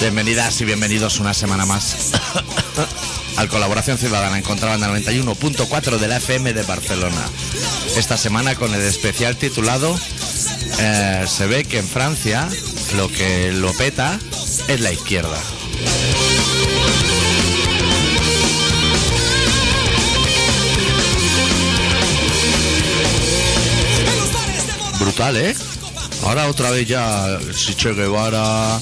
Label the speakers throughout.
Speaker 1: Bienvenidas y bienvenidos una semana más al Colaboración Ciudadana Encontraban el 91.4 de la FM de Barcelona. Esta semana con el especial titulado eh, Se ve que en Francia lo que lo peta es la izquierda. Brutal, ¿eh? Ahora otra vez ya, si Che Guevara,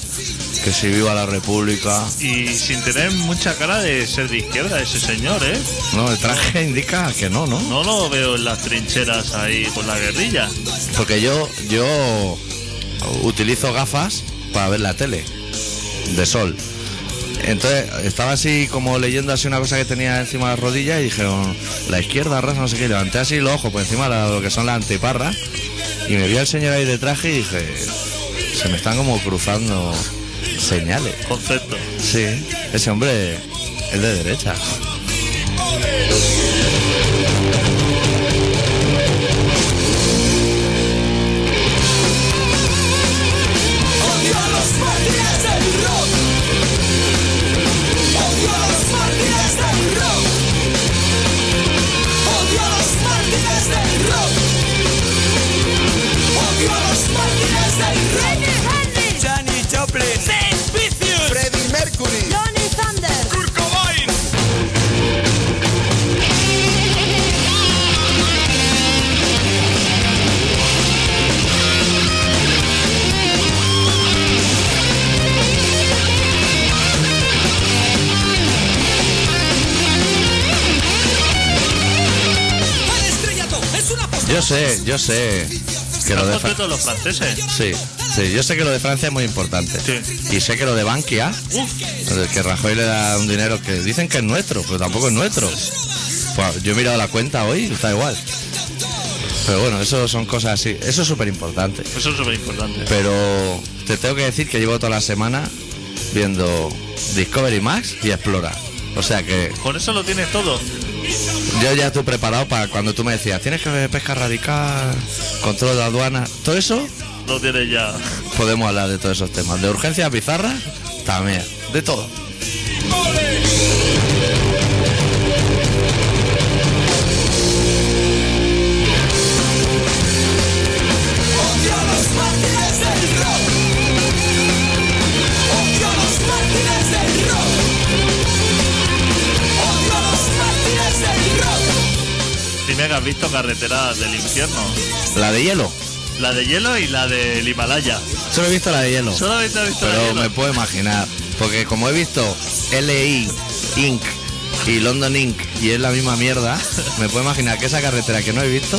Speaker 1: que si viva la República.
Speaker 2: Y sin tener mucha cara de ser de izquierda ese señor, ¿eh?
Speaker 1: No, el traje indica que no, ¿no?
Speaker 2: No lo veo en las trincheras ahí con la guerrilla.
Speaker 1: Porque yo, yo utilizo gafas para ver la tele de sol. Entonces estaba así como leyendo así una cosa que tenía encima de la rodilla y dijeron la izquierda raza no sé qué. Levanté así los ojos por encima de lo que son las antiparras y me vi al señor ahí de traje y dije se me están como cruzando señales.
Speaker 2: Concepto.
Speaker 1: Sí, ese hombre es de derecha.
Speaker 3: Odio a los mártires del rock. Odio a los mártires del rock. Odio a los mártires del rock. Odio a los mártires del rock.
Speaker 4: Johnny Joplin, Freddie Mercury,
Speaker 5: Johnny Thunder,
Speaker 4: Kurt Cobain.
Speaker 3: El estrellato es una postura.
Speaker 1: Yo sé, yo sé que lo
Speaker 2: Están
Speaker 1: de Fra-
Speaker 2: contentos los franceses.
Speaker 1: Sí, sí, yo sé que lo de Francia es muy importante.
Speaker 2: Sí.
Speaker 1: Y sé que lo de Bankia,
Speaker 2: Uf,
Speaker 1: el que Rajoy le da un dinero que dicen que es nuestro, pero tampoco es nuestro. Pues, yo he mirado la cuenta hoy, y está igual. Pero bueno, eso son cosas así. Eso es súper importante.
Speaker 2: eso es súper importante.
Speaker 1: Pero te tengo que decir que llevo toda la semana viendo Discovery Max y Explora. O sea que
Speaker 2: Con eso lo tienes todo.
Speaker 1: yo ya estoy preparado para cuando tú me decías, tienes que ver pesca radical, control de aduanas, todo eso
Speaker 2: Lo tienes ya.
Speaker 1: podemos hablar de todos esos temas. De urgencias bizarras, también. De todo.
Speaker 3: Odio a los mártires del rock. Odio a los mártires del rock. Odio a los mártires del rock.
Speaker 2: Dime que has visto Carreteras del Infierno.
Speaker 1: La de hielo.
Speaker 2: La de hielo y la del Himalaya.
Speaker 1: Solo he visto la de hielo.
Speaker 2: Solamente has visto la de
Speaker 1: Pero
Speaker 2: hielo.
Speaker 1: me puedo imaginar. Porque como he visto LI, Inc. y London Inc. y es la misma mierda, me puedo imaginar que esa carretera que no he visto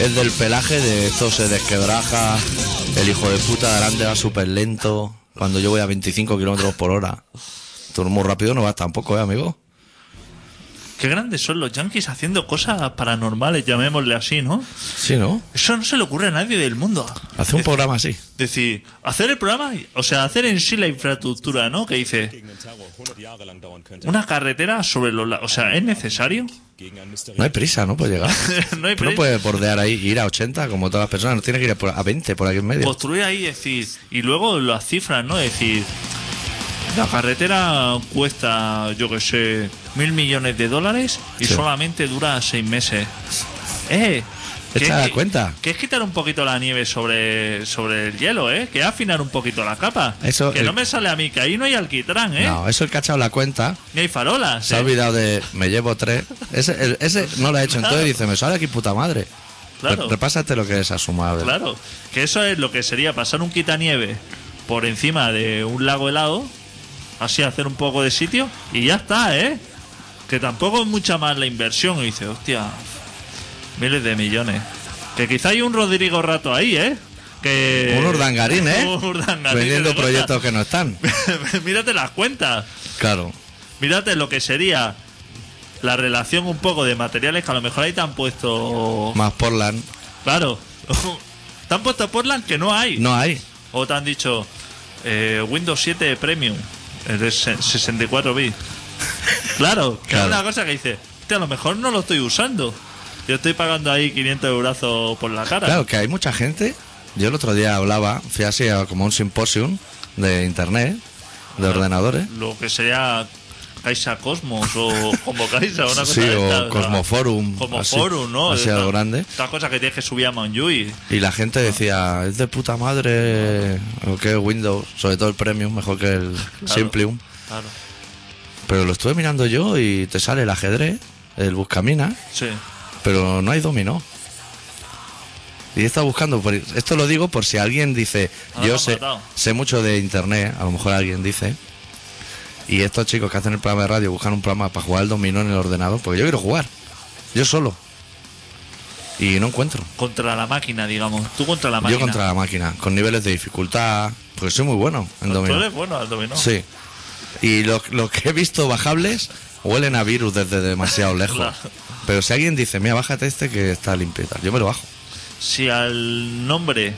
Speaker 1: es del pelaje de esto se desquebraja, el hijo de puta de adelante va súper lento, cuando yo voy a 25 kilómetros por hora. Tú muy rápido no vas tampoco, ¿eh, amigo?
Speaker 2: Qué grandes son los yankees haciendo cosas paranormales, llamémosle así, ¿no?
Speaker 1: Sí, ¿no?
Speaker 2: Eso no se le ocurre a nadie del mundo.
Speaker 1: Hace un programa así.
Speaker 2: decir, hacer el programa, o sea, hacer en sí la infraestructura, ¿no? Que dice, una carretera sobre los... la- O sea, ¿es necesario?
Speaker 1: No hay prisa, ¿no? Puede llegar.
Speaker 2: No hay
Speaker 1: No
Speaker 2: prisa.
Speaker 1: puedes bordear ahí, ir a 80 como todas las personas. No tienes que ir a, por- a 20 por aquí en medio.
Speaker 2: Construir ahí, decir, y luego las cifras, ¿no? Decir, la carretera cuesta, yo que sé, mil millones de dólares y
Speaker 1: Sí.
Speaker 2: solamente dura seis meses. Eh... que
Speaker 1: Echa
Speaker 2: es
Speaker 1: la
Speaker 2: qui-
Speaker 1: cuenta.
Speaker 2: Que es quitar un poquito la nieve sobre, sobre el hielo, ¿eh? Que es afinar un poquito la capa.
Speaker 1: Eso,
Speaker 2: que
Speaker 1: el-
Speaker 2: no me sale a mí, que ahí no hay alquitrán, ¿eh?
Speaker 1: No, eso el que ha echado la cuenta
Speaker 2: Ni hay farolas.
Speaker 1: se ha
Speaker 2: ¿eh?
Speaker 1: olvidado de me llevo tres. Ese, el- ese no lo ha hecho entonces y dice, me sale aquí puta madre.
Speaker 2: Claro.
Speaker 1: Re- repásate lo que es a su madre.
Speaker 2: Claro, que eso es lo que sería pasar un quitanieve por encima de un lago helado, así hacer un poco de sitio y ya está, ¿eh? Que tampoco es mucha más la inversión. Y dice, hostia, miles de millones. Que quizá hay un Rodrigo Rato ahí, ¿eh? Que...
Speaker 1: Un urdangarín, ¿eh?
Speaker 2: Un urdangarín.
Speaker 1: Vendiendo
Speaker 2: de verdad.
Speaker 1: proyectos que no están.
Speaker 2: Mírate las cuentas.
Speaker 1: Claro.
Speaker 2: Mírate lo que sería la relación un poco de materiales que a lo mejor ahí te han puesto...
Speaker 1: Más Portland.
Speaker 2: Claro. te han puesto Portland que no hay.
Speaker 1: No hay.
Speaker 2: O te han dicho eh, Windows 7 Premium eh, de se- 64 bits. Claro, que
Speaker 1: Claro.
Speaker 2: es una cosa que dices, "Hostia, a lo mejor no lo estoy usando. Yo estoy pagando ahí 500 euros por la cara.
Speaker 1: Claro, que hay mucha gente. Yo el otro día hablaba, fui así a como un simposium de internet de ordenadores.
Speaker 2: Lo que sería Caixa Cosmos o Como Caixa, una cosa
Speaker 1: Sí,
Speaker 2: de estas,
Speaker 1: o Cosmoforum.
Speaker 2: Como
Speaker 1: así,
Speaker 2: Forum, ¿no?
Speaker 1: Así algo grande.
Speaker 2: Estas cosas que tienes que subir a Monjuy.
Speaker 1: Y la gente decía, es de puta madre, o qué Windows, sobre todo el Premium, mejor que el Simplium.
Speaker 2: Claro.
Speaker 1: Pero lo estuve mirando yo y te sale el ajedrez, el buscamina,
Speaker 2: Sí.
Speaker 1: pero no hay dominó. Y está buscando, por- esto lo digo por si alguien dice,
Speaker 2: Ah, lo
Speaker 1: yo
Speaker 2: han
Speaker 1: sé,
Speaker 2: matado.
Speaker 1: sé mucho de internet, a lo mejor alguien dice, y estos chicos que hacen el programa de radio buscan un programa para jugar al dominó en el ordenador, porque yo quiero jugar, yo solo, y no encuentro.
Speaker 2: Contra la máquina, digamos. Tú contra la máquina.
Speaker 1: Yo contra la máquina, con niveles de dificultad, porque soy muy bueno en
Speaker 2: Pues Tú
Speaker 1: dominó.
Speaker 2: eres bueno al dominó.
Speaker 1: Sí. Y los lo que he visto bajables huelen a virus desde demasiado lejos.
Speaker 2: Claro.
Speaker 1: Pero si alguien dice, mira, bájate este que está limpio y tal, yo me lo bajo.
Speaker 2: Si al nombre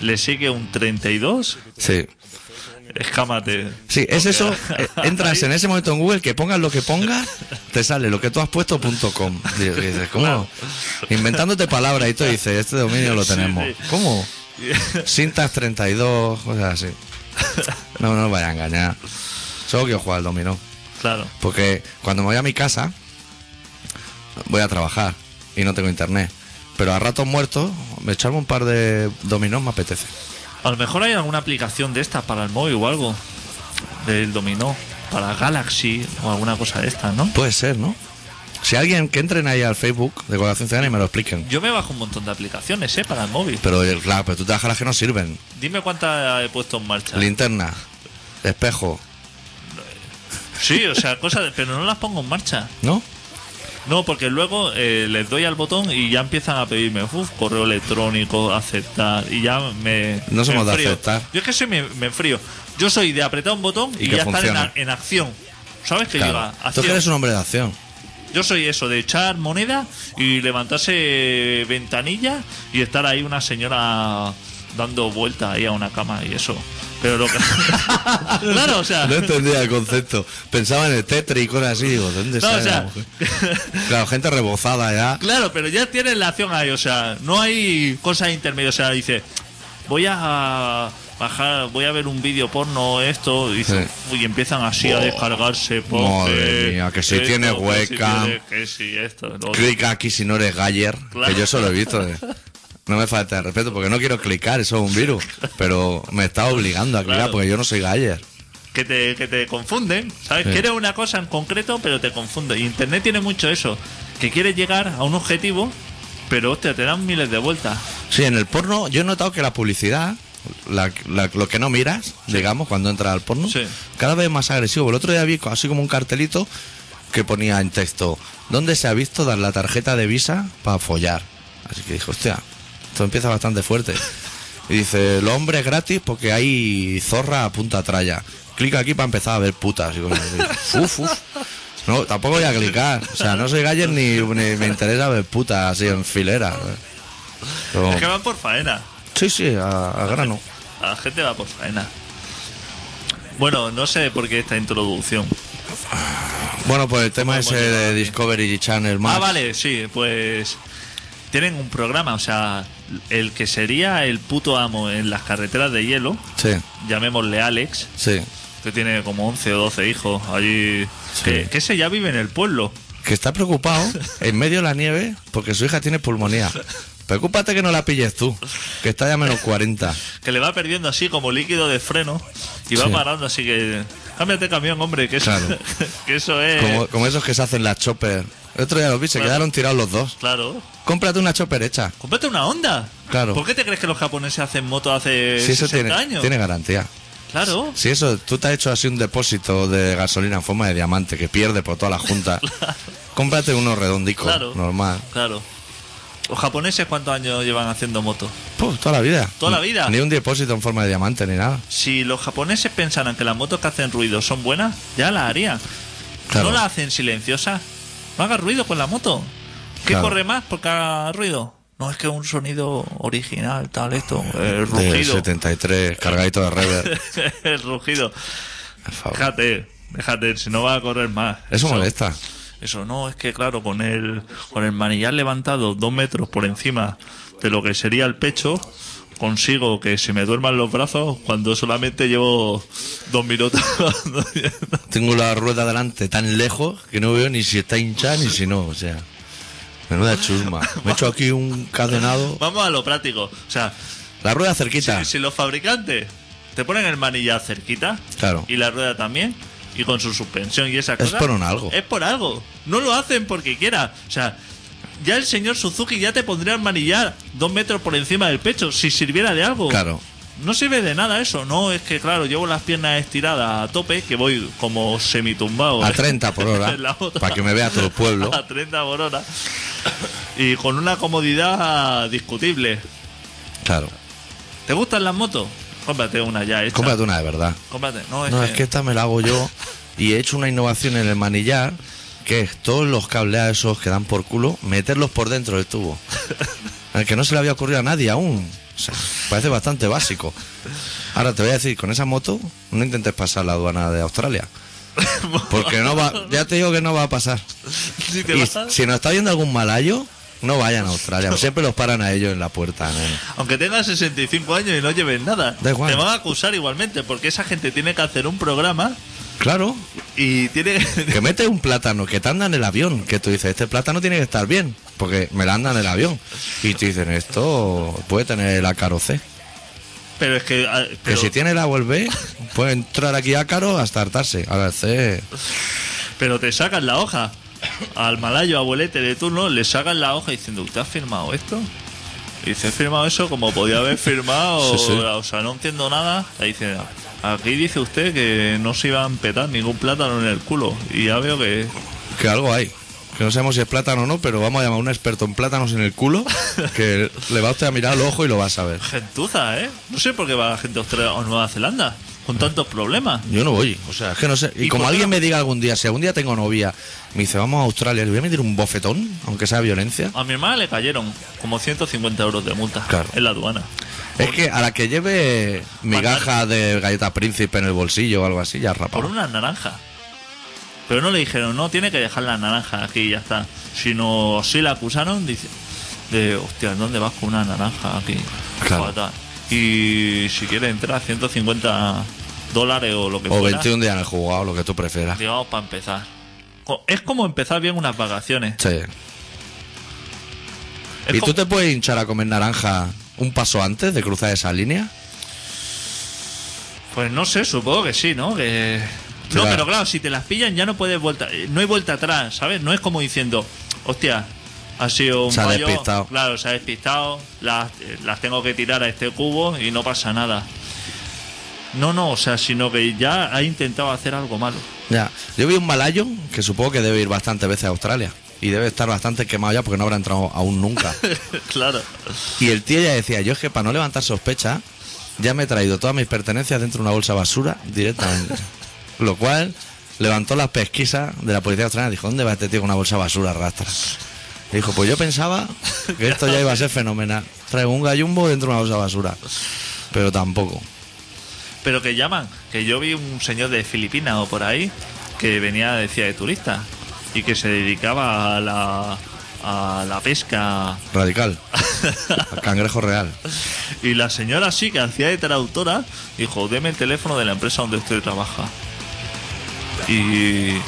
Speaker 2: le sigue un 32,
Speaker 1: Sí.
Speaker 2: escámate.
Speaker 1: Sí, es
Speaker 2: Porque-
Speaker 1: eso. eh, Entras en ese momento en Google, que pongas lo que pongas, te sale lo que tú has puesto punto com. Y dices, ¿cómo? Inventándote palabras y tú dices, este dominio lo
Speaker 2: Sí,
Speaker 1: tenemos.
Speaker 2: sí.
Speaker 1: ¿Cómo? Cintas 32, cosas así. No, no nos vaya a engañar. Solo quiero jugar al dominó.
Speaker 2: Claro.
Speaker 1: Porque cuando me voy a mi casa, voy a trabajar y no tengo internet. Pero a ratos muertos, me echarme un par de dominós me apetece.
Speaker 2: A lo mejor hay alguna aplicación de estas para el móvil o algo. Del dominó. Para Galaxy o alguna cosa de estas, ¿no?
Speaker 1: Puede ser, ¿no? Si alguien que entren ahí al Facebook de Colaboración Ciudadana y me lo expliquen.
Speaker 2: Yo me bajo un montón de aplicaciones, ¿eh? Para el móvil.
Speaker 1: Pero, eh, claro, pero tú te bajas las que no sirven.
Speaker 2: Dime cuántas he puesto en marcha.
Speaker 1: Linterna, espejo,
Speaker 2: Sí, o sea, cosas, de- pero no las pongo en marcha.
Speaker 1: ¿no?
Speaker 2: No, porque luego eh, les doy al botón y ya empiezan a pedirme uf, correo electrónico, aceptar, y ya me.
Speaker 1: No somos
Speaker 2: me
Speaker 1: de
Speaker 2: enfrío.
Speaker 1: aceptar.
Speaker 2: Yo es que soy, me, me enfrío. Yo soy de apretar un botón
Speaker 1: Y
Speaker 2: y,
Speaker 1: que
Speaker 2: ya estar en,
Speaker 1: funcione.
Speaker 2: a- en acción. ¿Sabes? Que
Speaker 1: Claro.
Speaker 2: diga
Speaker 1: Tú
Speaker 2: acción.
Speaker 1: que eres un hombre de acción.
Speaker 2: Yo soy eso, de echar moneda y levantarse ventanilla y estar ahí una señora dando vueltas ahí a una cama y eso. Pero lo que. claro, o sea.
Speaker 1: No entendía el concepto. Pensaba en el Tetris y cosas así. Digo, ¿dónde
Speaker 2: No, o
Speaker 1: sale la
Speaker 2: sea.
Speaker 1: mujer? Claro, gente rebozada ya.
Speaker 2: Claro, pero ya tienes la acción ahí, o sea, no hay cosas intermedias, o sea, dice, voy a bajar, voy a ver un vídeo porno, esto, y, dice, y empiezan así a descargarse.
Speaker 1: Oh, madre mía, que si tiene webcam.
Speaker 2: Que si, tiene- que si esto, lo otro.
Speaker 1: Clica aquí si no eres Gayer,
Speaker 2: Claro.
Speaker 1: que yo eso lo he visto. eh. No me falta de respeto porque no quiero clicar, eso es un virus. Pero me está obligando a clicar
Speaker 2: Claro.
Speaker 1: porque yo no soy Gayer.
Speaker 2: que, te, que te confunden, ¿sabes?
Speaker 1: Sí.
Speaker 2: Quieres una cosa en concreto, pero te confunde. Y Internet tiene mucho eso, que quieres llegar a un objetivo, pero hostia, te dan miles de vueltas.
Speaker 1: Sí, en el porno yo he notado que la publicidad, la- la- lo que no miras, digamos, cuando entras al porno,
Speaker 2: Sí.
Speaker 1: cada vez es más agresivo. El otro día vi así como un cartelito que ponía en texto, ¿dónde se ha visto dar la tarjeta de visa para follar? Así que dije, hostia, esto empieza bastante fuerte. Y dice, el hombre es gratis porque hay zorra a punta tralla. Clica aquí para empezar a ver putas. Y cosas así. Uf, uf. No, tampoco voy a clicar. O sea, no soy galler ni, ni me interesa ver putas así en filera. Pero-
Speaker 2: Es que van por faena.
Speaker 1: Sí, sí, a, a grano.
Speaker 2: La gente va por faena. Bueno, no sé por qué esta introducción.
Speaker 1: Bueno, pues el tema
Speaker 2: Vamos,
Speaker 1: ese
Speaker 2: ya,
Speaker 1: de
Speaker 2: vale.
Speaker 1: Discovery Channel más.
Speaker 2: Ah, vale, sí, pues tienen un programa, o sea, el que sería el puto amo en las carreteras de hielo,
Speaker 1: Sí,
Speaker 2: llamémosle Alex,
Speaker 1: sí.
Speaker 2: que tiene como 11 o 12 hijos allí,
Speaker 1: Sí.
Speaker 2: que, que ese ya vive en el pueblo.
Speaker 1: Que está preocupado en medio de la nieve porque su hija tiene pulmonía. Preocúpate que no la pilles tú, que está ya menos 40.
Speaker 2: que le va perdiendo así como líquido de freno y va
Speaker 1: Sí.
Speaker 2: parando así que cámbiate camión hombre que eso,
Speaker 1: Claro.
Speaker 2: que eso es
Speaker 1: Como, como esos que se hacen las chopper. El otro día los vi, se
Speaker 2: Claro.
Speaker 1: quedaron tirados los dos.
Speaker 2: claro
Speaker 1: Cómprate una chopper hecha.
Speaker 2: cómprate una onda
Speaker 1: Claro.
Speaker 2: ¿por qué te crees que los japoneses hacen moto hace
Speaker 1: Si eso
Speaker 2: 60
Speaker 1: tiene,
Speaker 2: Eh, años?
Speaker 1: tiene garantía.
Speaker 2: claro
Speaker 1: Si eso, tú te has hecho así un depósito de gasolina en forma de diamante que pierde por toda la junta. Cómprate uno redondico,
Speaker 2: Claro.
Speaker 1: normal.
Speaker 2: claro los japoneses cuántos años llevan haciendo moto
Speaker 1: Puf, toda la vida.
Speaker 2: Toda la vida.
Speaker 1: Ni un depósito en forma de diamante ni nada.
Speaker 2: si los japoneses pensaran que las motos que hacen ruido son buenas ya las harían
Speaker 1: Claro.
Speaker 2: no las hacen silenciosas no hagas ruido con la moto ¿qué
Speaker 1: Claro.
Speaker 2: corre más por cada ruido? no es que un sonido original tal esto el
Speaker 1: De
Speaker 2: rugido
Speaker 1: 73, cargadito de rever.
Speaker 2: el rugido.
Speaker 1: Por favor.
Speaker 2: Déjate, déjate, si no va a correr más.
Speaker 1: Eso molesta.
Speaker 2: Eso no, es que claro, con el, con el manillar levantado dos metros por encima de lo que sería el pecho, consigo que se me duerman los brazos cuando solamente llevo dos minutos.
Speaker 1: Tengo la rueda delante tan lejos que no veo ni si está hinchada ni si no. O sea, menuda chusma. Me he hecho aquí un cadenado.
Speaker 2: Vamos a lo práctico. O sea,
Speaker 1: La rueda
Speaker 2: si,
Speaker 1: cerquita.
Speaker 2: si los fabricantes te ponen el manillar cerquita
Speaker 1: Claro.
Speaker 2: y la rueda también y con su suspensión y esas
Speaker 1: Es
Speaker 2: cosas
Speaker 1: por un algo.
Speaker 2: es por algo no lo hacen porque quiera o sea ya el señor Suzuki ya te pondría el manillar dos metros por encima del pecho si sirviera de algo
Speaker 1: Claro.
Speaker 2: no sirve de nada eso no es que claro llevo las piernas estiradas a tope que voy como semitumbado
Speaker 1: A 30 por hora,
Speaker 2: en la moto.
Speaker 1: para que me vea todo el pueblo.
Speaker 2: a 30 por hora y con una comodidad discutible
Speaker 1: Claro.
Speaker 2: ¿Te gustan las motos? Cómprate una ya hecha.
Speaker 1: Cómprate una de verdad.
Speaker 2: Cómprate. No, es
Speaker 1: No,
Speaker 2: que...
Speaker 1: es que esta me la hago yo y he hecho una innovación en el manillar que es todos los cables a esos que dan por culo, meterlos por dentro del tubo. Al que no se le había ocurrido a nadie aún. O sea, parece bastante básico. Ahora te voy a decir, con esa moto no intentes pasar la aduana de Australia. Porque no va, ya te digo que no va a pasar.
Speaker 2: Si te
Speaker 1: Y
Speaker 2: vas a-
Speaker 1: si nos está viendo algún malayo, no vayan a Australia. Siempre los paran a ellos en la puerta. nene.
Speaker 2: Aunque tengas 65 años y no lleves nada,
Speaker 1: Da igual.
Speaker 2: te van a acusar igualmente, porque esa gente tiene que hacer un programa
Speaker 1: Claro,
Speaker 2: y tiene que...
Speaker 1: Que mete un plátano, que te anda en el avión, que tú dices, este plátano tiene que estar bien, porque me la andan en el avión. Y te dicen, esto puede tener el ácaro C.
Speaker 2: Pero es que... ah,
Speaker 1: Que
Speaker 2: pero-
Speaker 1: si tiene el agua el B, puede entrar aquí ácaro hasta hartarse. Ahora el C,
Speaker 2: Pero te sacan la hoja. Al malayo abuelete de turno le sacan la hoja diciendo, ¿usted ha firmado esto? Y dice, he firmado eso como podía haber firmado.
Speaker 1: Sí, sí.
Speaker 2: O sea, no entiendo nada. Ahí dice, aquí dice usted que no se iba a petar ningún plátano en el culo. Y ya veo que...
Speaker 1: que algo hay. Que no sabemos si es plátano o no, pero vamos a llamar a un experto en plátanos en el culo, que le va usted a mirar al ojo y lo va a saber.
Speaker 2: Gentuza, ¿eh? No sé por qué va la gente a Australia o Nueva Zelanda con tantos problemas.
Speaker 1: Yo no voy, o sea, es que no sé. Y,
Speaker 2: ¿Y
Speaker 1: como
Speaker 2: por qué
Speaker 1: alguien
Speaker 2: no?
Speaker 1: me diga algún día, si algún día tengo novia, me dice, vamos a Australia, le voy a meter un bofetón, aunque sea violencia.
Speaker 2: A mi hermana le cayeron como 150 euros de multa
Speaker 1: Claro.
Speaker 2: en la aduana.
Speaker 1: Es que a la que lleve migaja de galleta príncipe en el bolsillo o algo así, ya
Speaker 2: Por
Speaker 1: rapado.
Speaker 2: unas naranjas. Pero no le dijeron, no, tiene que dejar las naranjas aquí y ya está. Sino sí la acusaron dice, de, hostia, ¿dónde vas con una naranja aquí?
Speaker 1: Claro.
Speaker 2: Fatal. Y si quiere entrar, 150 dólares o lo que
Speaker 1: O
Speaker 2: fuera.
Speaker 1: 21 días en el jugado, lo que tú prefieras.
Speaker 2: Digamos, para empezar. Co- Es como empezar bien unas vacaciones.
Speaker 1: Sí.
Speaker 2: Es
Speaker 1: ¿Y tú
Speaker 2: como-
Speaker 1: te puedes hinchar a comer naranja un paso antes de cruzar esa línea?
Speaker 2: Pues no sé, supongo que sí, ¿no? Que...
Speaker 1: Sí,
Speaker 2: No,
Speaker 1: claro.
Speaker 2: pero claro, si te las pillan ya no puedes vuelta, eh, no hay vuelta atrás, ¿sabes? No es como diciendo, hostia, ha sido un
Speaker 1: Se ha
Speaker 2: fallo,
Speaker 1: despistado.
Speaker 2: Claro, se ha despistado, las, eh, las tengo que tirar a este cubo y no pasa nada. No, no, o sea, sino que ya ha intentado hacer algo malo.
Speaker 1: Ya. Yo vi un malayo que supongo que debe ir bastantes veces a Australia. Y debe estar bastante quemado ya porque no habrá entrado aún nunca.
Speaker 2: claro.
Speaker 1: Y el tío ya decía, yo es que para no levantar sospecha, ya me he traído todas mis pertenencias dentro de una bolsa basura directamente. Lo cual levantó las pesquisas de la policía australiana. Dijo, ¿dónde va este tío con una bolsa basura rastras? Dijo, pues yo pensaba que esto ya iba a ser fenomenal. Traigo un gallumbo dentro de una bolsa basura. Pero tampoco.
Speaker 2: Pero que llaman, que yo vi un señor de Filipinas o por ahí que venía, decía, de turista y que se dedicaba a la, a la pesca
Speaker 1: Radical. Al cangrejo real.
Speaker 2: Y la señora sí, que hacía de traductora, dijo, deme el teléfono de la empresa donde usted trabaja. Y,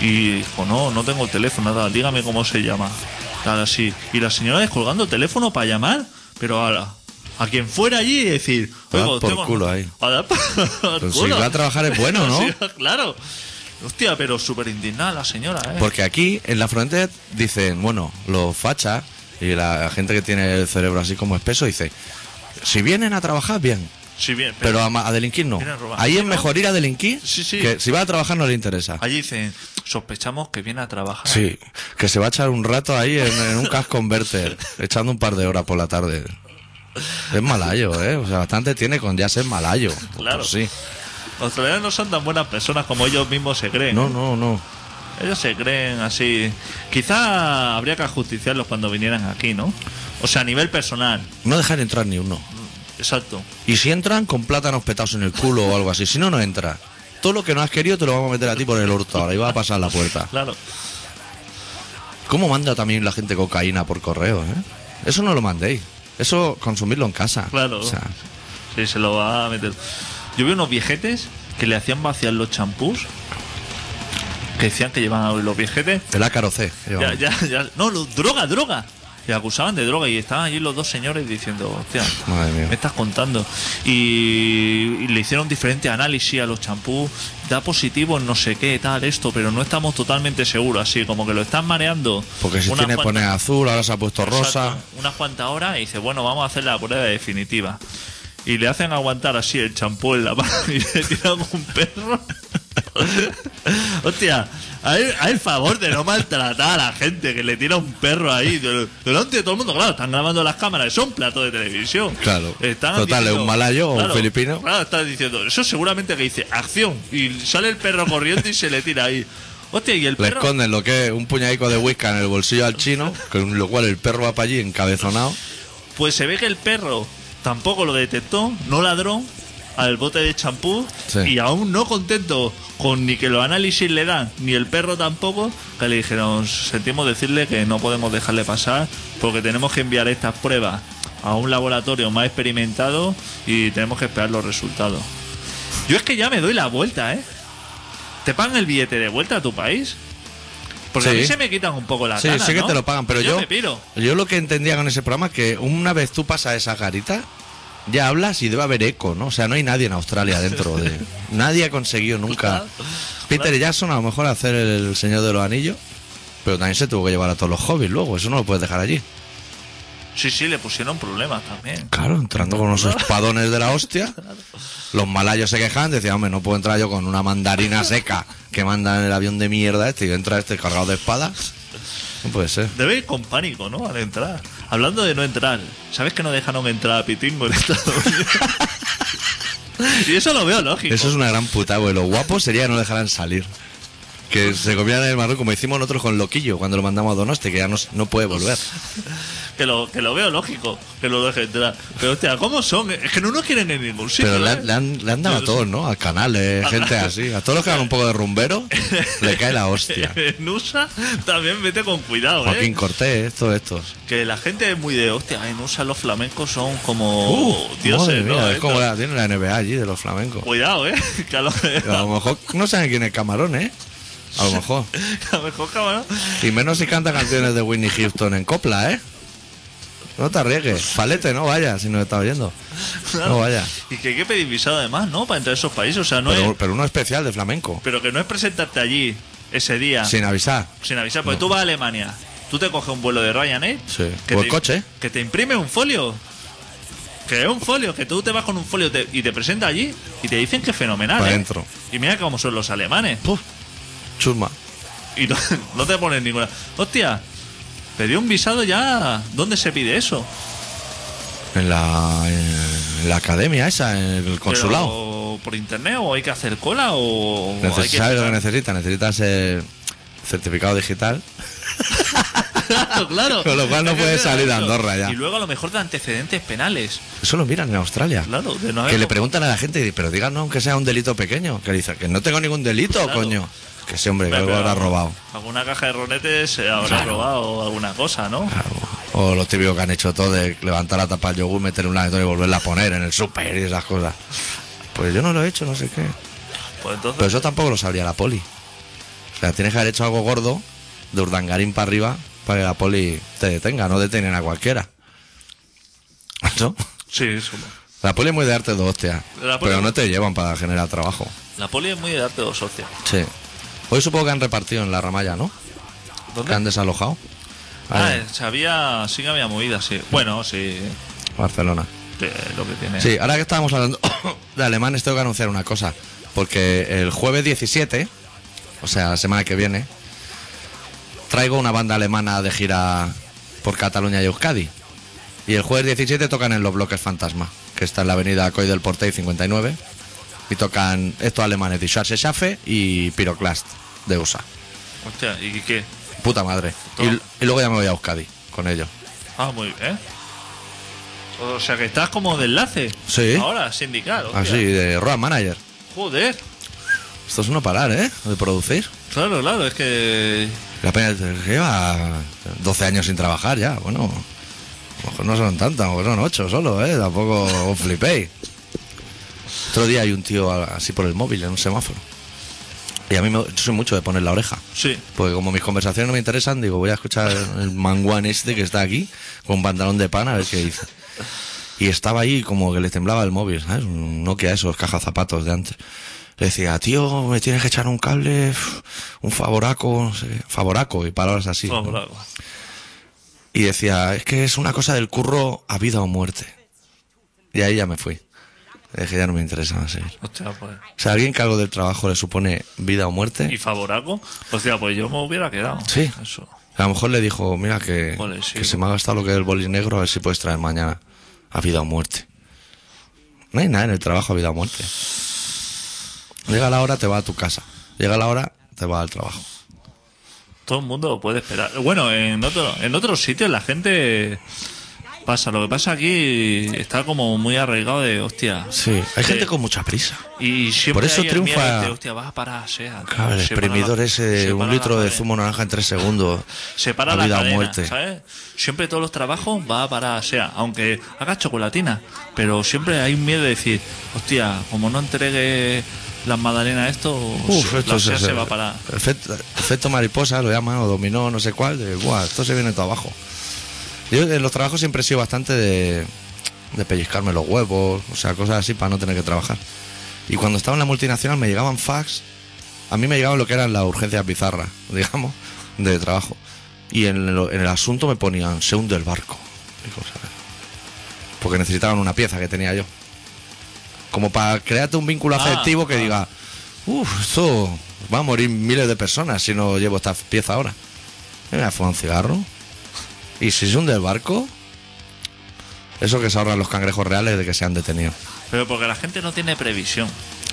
Speaker 2: y dijo, no, no tengo el teléfono, nada, dígame cómo se llama. Claro, sí. Y la señora descolgando el teléfono para llamar, pero a, la- a quien fuera allí y decir,
Speaker 1: A dar
Speaker 2: "Oiga, usted
Speaker 1: por
Speaker 2: con-
Speaker 1: culo ahí".
Speaker 2: A dar por
Speaker 1: Pero si
Speaker 2: culo.
Speaker 1: va a trabajar es bueno, ¿no?
Speaker 2: Sí, claro. Hostia, pero súper indignada la señora, ¿eh?
Speaker 1: Porque aquí en la frontera dicen, bueno, los fachas y la gente que tiene el cerebro así como espeso dice, si vienen a trabajar, bien.
Speaker 2: Sí, bien, pero-
Speaker 1: Pero a, ma- a delinquir no.
Speaker 2: Vienen a robar.
Speaker 1: Ahí
Speaker 2: Sí,
Speaker 1: es
Speaker 2: ¿no?
Speaker 1: mejor ir a delinquir.
Speaker 2: Sí, sí.
Speaker 1: Que si va a trabajar no le interesa.
Speaker 2: allí dicen, sospechamos que viene a trabajar.
Speaker 1: Sí, que se va a echar un rato ahí en, en un cash converter, echando un par de horas por la tarde. Es malayo, ¿eh? O sea, bastante tiene con ya ser malayo.
Speaker 2: Claro.
Speaker 1: Pues sí.
Speaker 2: Los australianos no son tan buenas personas como ellos mismos se creen.
Speaker 1: No, no, no.
Speaker 2: Ellos se creen así. Quizá habría que ajusticiarlos cuando vinieran aquí, ¿no? O sea, a nivel personal.
Speaker 1: No dejar entrar ni uno.
Speaker 2: Exacto.
Speaker 1: Y si entran con plátanos petados en el culo o algo así, si no, no entra. Todo lo que no has querido te lo vamos a meter a ti por el hurto ahora y va a pasar la puerta.
Speaker 2: Claro.
Speaker 1: ¿Cómo manda también la gente cocaína por correo, eh? Eso no lo mandéis. Eso consumirlo en casa.
Speaker 2: Claro.
Speaker 1: O sea,
Speaker 2: Sí, se lo va a meter. Yo vi unos viejetes que le hacían vaciar los champús. Que decían que llevaban los viejetes.
Speaker 1: el ácaro C.
Speaker 2: Ya,
Speaker 1: llevamos.
Speaker 2: ya, ya. No, lo- droga, droga. Y acusaban de droga y estaban allí los dos señores diciendo, hostia,
Speaker 1: Madre mía.
Speaker 2: me estás contando. Y, y le hicieron diferentes análisis a los champús, da positivo en no sé qué, tal, esto, pero no estamos totalmente seguros, así como que lo están mareando.
Speaker 1: Porque si
Speaker 2: unas
Speaker 1: tiene
Speaker 2: cuantas-
Speaker 1: pone azul, ahora se ha puesto rosa.
Speaker 2: Exacto, unas cuantas horas y dice, bueno, vamos a hacer la prueba definitiva. Y le hacen aguantar así el champú en la mano y le tiran un perro. Hostia, hay, hay el favor de no maltratar a la gente que le tira un perro ahí del- delante de todo el mundo. Claro, están grabando las cámaras, son platos de televisión.
Speaker 1: Claro.
Speaker 2: Están
Speaker 1: Total, es un malayo o un filipino.
Speaker 2: Claro, están diciendo, eso seguramente que dice acción. Y sale el perro corriendo y se le tira ahí. Hostia, y el
Speaker 1: Le
Speaker 2: perro.
Speaker 1: esconden lo que es un puñadico de whisky en el bolsillo al chino, con lo cual el perro va para allí encabezonado.
Speaker 2: Pues se ve que el perro tampoco lo detectó, no ladró al bote de champú
Speaker 1: Sí.
Speaker 2: y aún no contento con ni que los análisis le dan, ni el perro tampoco, que le dijeron, sentimos decirle que no podemos dejarle pasar porque tenemos que enviar estas pruebas a un laboratorio más experimentado y tenemos que esperar los resultados. Yo es que ya me doy la vuelta, ¿eh? ¿Te pagan el billete de vuelta a tu país? Porque a
Speaker 1: Sí.
Speaker 2: mí se me quitan un poco las
Speaker 1: Sí,
Speaker 2: ganas,
Speaker 1: sí que
Speaker 2: ¿no?
Speaker 1: te lo pagan, pero yo.
Speaker 2: me piro.
Speaker 1: yo lo que entendía con ese programa es que una vez tú pasas esa garita, ya hablas y debe haber eco, ¿no? O sea, no hay nadie en Australia dentro de. nadie ha conseguido nunca.
Speaker 2: Claro.
Speaker 1: Peter
Speaker 2: Claro.
Speaker 1: Jackson a lo mejor hacer el Señor de los Anillos, pero también se tuvo que llevar a todos los hobbies luego, eso no lo puedes dejar allí.
Speaker 2: Sí, sí, le pusieron problemas también.
Speaker 1: Claro, entrando con unos espadones de la hostia. Los malayos se quejan, decían, hombre, no puedo entrar yo con una mandarina seca que manda en el avión de mierda este y entra este cargado de espadas. No puede ser.
Speaker 2: Debe ir con pánico, ¿no? Al entrar. Hablando de no entrar, ¿sabes que no dejaron entrar a Pitingo en Estados Unidos? y eso lo veo lógico.
Speaker 1: Eso es una gran puta, güey. Lo guapo sería que no dejaran salir. Que se comieran el marrón como hicimos nosotros con Loquillo cuando lo mandamos a Donosti, que ya no, no puede volver.
Speaker 2: Que, lo, que lo veo lógico, que lo dejen entrar. Pero hostia, ¿cómo son? Es que no nos quieren en ningún sitio.
Speaker 1: Pero le,
Speaker 2: ¿eh?
Speaker 1: han- le han, le han dado a todos, ¿no? A canales, gente así. A todos los que hagan un poco de rumbero, le cae la hostia.
Speaker 2: En USA también vete con cuidado, ¿eh?
Speaker 1: Joaquín Cortés, todos estos.
Speaker 2: Que la gente es muy de, hostia, en USA los flamencos son como
Speaker 1: Uh, madre
Speaker 2: dioses, ¿no?
Speaker 1: mía, es
Speaker 2: ¿Eh?
Speaker 1: como la, tiene la NBA allí de los flamencos.
Speaker 2: Cuidado, ¿eh? Que a lo,
Speaker 1: A lo mejor no saben quién es Camarón, ¿eh? A lo mejor.
Speaker 2: a lo mejor, cabrón,
Speaker 1: Y menos si canta canciones de Whitney Houston en copla, ¿eh? No te arriesgues. Palete, no vaya, si nos está oyendo. No vaya.
Speaker 2: Y que hay que pedir visado además, ¿no? Para entrar a esos países. O sea, no
Speaker 1: Pero,
Speaker 2: es.
Speaker 1: pero uno especial de flamenco.
Speaker 2: Pero que no es presentarte allí ese día
Speaker 1: Sin avisar.
Speaker 2: sin avisar. Porque tú vas a Alemania, tú te coges un vuelo de Ryanair.
Speaker 1: Sí. O el coche.
Speaker 2: Que te imprime un folio. Que es un folio, que tú te vas con un folio te- y te presenta allí y te dicen que es fenomenal.
Speaker 1: Pa'
Speaker 2: ¿eh?
Speaker 1: dentro.
Speaker 2: Y mira cómo son los alemanes.
Speaker 1: Puf. Chusma.
Speaker 2: Y no, no te ponen ninguna. Hostia, pedí un visado ya. ¿Dónde se pide eso?
Speaker 1: En la, en la academia esa, en el consulado.
Speaker 2: Pero, ¿Por internet o hay que hacer cola o.?
Speaker 1: Neces-
Speaker 2: hay que
Speaker 1: ¿Sabes lo que
Speaker 2: esperar?
Speaker 1: necesita? Necesitas el certificado digital.
Speaker 2: Claro, claro.
Speaker 1: Con lo cual no
Speaker 2: Es que
Speaker 1: puedes
Speaker 2: te da
Speaker 1: salir de
Speaker 2: eso.
Speaker 1: Andorra ya.
Speaker 2: Y luego a lo mejor de antecedentes penales.
Speaker 1: Eso lo miran en Australia.
Speaker 2: Claro, de no haber
Speaker 1: Que le
Speaker 2: com-
Speaker 1: preguntan a la gente, y, pero díganos aunque sea un delito pequeño. Que le dice, que no tengo ningún delito,
Speaker 2: Claro.
Speaker 1: coño. Que ese hombre que
Speaker 2: Pero
Speaker 1: algo habrá
Speaker 2: algún-
Speaker 1: robado.
Speaker 2: Alguna caja de ronetes se habrá robado o alguna cosa, ¿no?
Speaker 1: Claro. O los típicos que han hecho todo de levantar la tapa del yogur, meter una dentro y volverla a poner en el súper y esas cosas. Pues yo no lo he hecho, no sé qué.
Speaker 2: Pues
Speaker 1: Pero
Speaker 2: entonces,
Speaker 1: eso tampoco lo sabría la poli. O sea, tienes que haber hecho algo gordo de urdangarín para arriba para que la poli te detenga, no detienen a cualquiera. ¿No?
Speaker 2: sí, eso.
Speaker 1: La poli es muy de arte dos hostias,
Speaker 2: La poli-
Speaker 1: pero no te llevan para generar trabajo.
Speaker 2: La poli es muy de darte dos hostias.
Speaker 1: Sí. Hoy supongo que han repartido en la ramalla, ¿no? Que han
Speaker 2: ¿Dónde?
Speaker 1: desalojado.
Speaker 2: Ah,
Speaker 1: Ahí,
Speaker 2: eh, se había, sí que había movida, sí. Bueno, sí,
Speaker 1: Barcelona.
Speaker 2: de lo que tiene.
Speaker 1: Sí, ahora que estábamos hablando de alemanes, tengo que anunciar una cosa. Porque el jueves 17, o sea, la semana que viene, traigo una banda alemana de gira por Cataluña y Euskadi. Y el jueves 17 tocan en los bloques Fantasma, que está en la avenida Coy del Portell 59. Y tocan estos alemanes, Die Schwarze Schafe y Pyroclast de USA.
Speaker 2: Hostia, ¿y qué?
Speaker 1: Puta madre. Y, y luego ya me voy a Euskadi con ellos.
Speaker 2: Ah, muy bien. O sea, que estás como de enlace.
Speaker 1: Sí.
Speaker 2: Ahora, sindical. hostia.
Speaker 1: Así, de Road Manager.
Speaker 2: Joder.
Speaker 1: Esto es uno parar, ¿eh? De producir.
Speaker 2: Claro, claro, es que
Speaker 1: La pena que lleva 12 años sin trabajar ya, bueno. A lo mejor no son tantas, a lo mejor son ocho solo, ¿eh? Tampoco os flipéis. Otro día hay un tío a- así por el móvil en un semáforo. Y a mí me, yo soy mucho de poner la oreja.
Speaker 2: Sí.
Speaker 1: Porque como mis conversaciones no me interesan, digo, voy a escuchar el manguán este que está aquí, con pantalón de pan, a ver qué dice. Y estaba ahí como que le temblaba el móvil, ¿sabes? Un Nokia esos, caja zapatos de antes. Le decía, tío, me tienes que echar un cable, uf, un favoraco, no sé qué, favoraco y palabras así. ¿no?
Speaker 2: Vamos, algo.
Speaker 1: Y decía, es que es una cosa del curro a vida o muerte. Y ahí ya me fui. Dije, ya no me interesa más seguir.
Speaker 2: Hostia, pues.
Speaker 1: O sea, alguien que algo del trabajo le supone vida o
Speaker 2: ¿Y
Speaker 1: muerte,
Speaker 2: Favoraco? Hostia, pues yo me hubiera quedado.
Speaker 1: Sí.
Speaker 2: Eso.
Speaker 1: a lo mejor le dijo, mira que,
Speaker 2: Vale, sí.
Speaker 1: que se me ha gastado lo que es el boli negro, a ver si puedes traer mañana a vida o muerte. No hay nada en el trabajo a vida o muerte. Llega la hora, te va a tu casa. Llega la hora, te va al trabajo.
Speaker 2: Todo el mundo puede esperar. Bueno, en otro, en otros sitios la gente pasa. Lo que pasa aquí está como muy arraigado de hostia.
Speaker 1: Sí, hay
Speaker 2: Sí.
Speaker 1: gente con mucha prisa.
Speaker 2: Y siempre
Speaker 1: Por eso
Speaker 2: hay el
Speaker 1: triunfa-
Speaker 2: miedo de, hostia, vas a parar, sea. tío,
Speaker 1: Claro, el
Speaker 2: separa la-
Speaker 1: exprimidor ese, de
Speaker 2: separa
Speaker 1: un
Speaker 2: la
Speaker 1: litro de
Speaker 2: cadena.
Speaker 1: zumo naranja en tres segundos.
Speaker 2: Separa
Speaker 1: a
Speaker 2: la
Speaker 1: vida o
Speaker 2: cadena,
Speaker 1: muerte.
Speaker 2: ¿sabes? Siempre todos los trabajos va a parar, sea, aunque hagas chocolatina, pero siempre hay un miedo de decir, hostia, como no entregue las magdalenas esto,
Speaker 1: Uf,
Speaker 2: la
Speaker 1: esto
Speaker 2: SEA
Speaker 1: es-
Speaker 2: se va a parar.
Speaker 1: Efecto, efecto mariposa, lo llaman, o dominó, no sé cuál. de, Buah, esto se viene todo abajo. Yo en los trabajos siempre he sido bastante de, de pellizcarme los huevos, o sea, cosas así para no tener que trabajar. Y cuando estaba en la multinacional me llegaban fax. A mí me llegaban lo que eran las urgencias bizarras, digamos, de trabajo. Y en, lo- en el asunto me ponían, se hunde el barco. y cosas así. Porque necesitaban una pieza que tenía yo. Como para crearte un vínculo
Speaker 2: Ah,
Speaker 1: afectivo que
Speaker 2: ah.
Speaker 1: diga, uff, esto va a morir miles de personas si no llevo esta pieza ahora. Y me voy a fumar un cigarro. Y si se hunde el barco, eso que se ahorran los cangrejos reales de que se han detenido.
Speaker 2: Pero porque la gente no tiene previsión,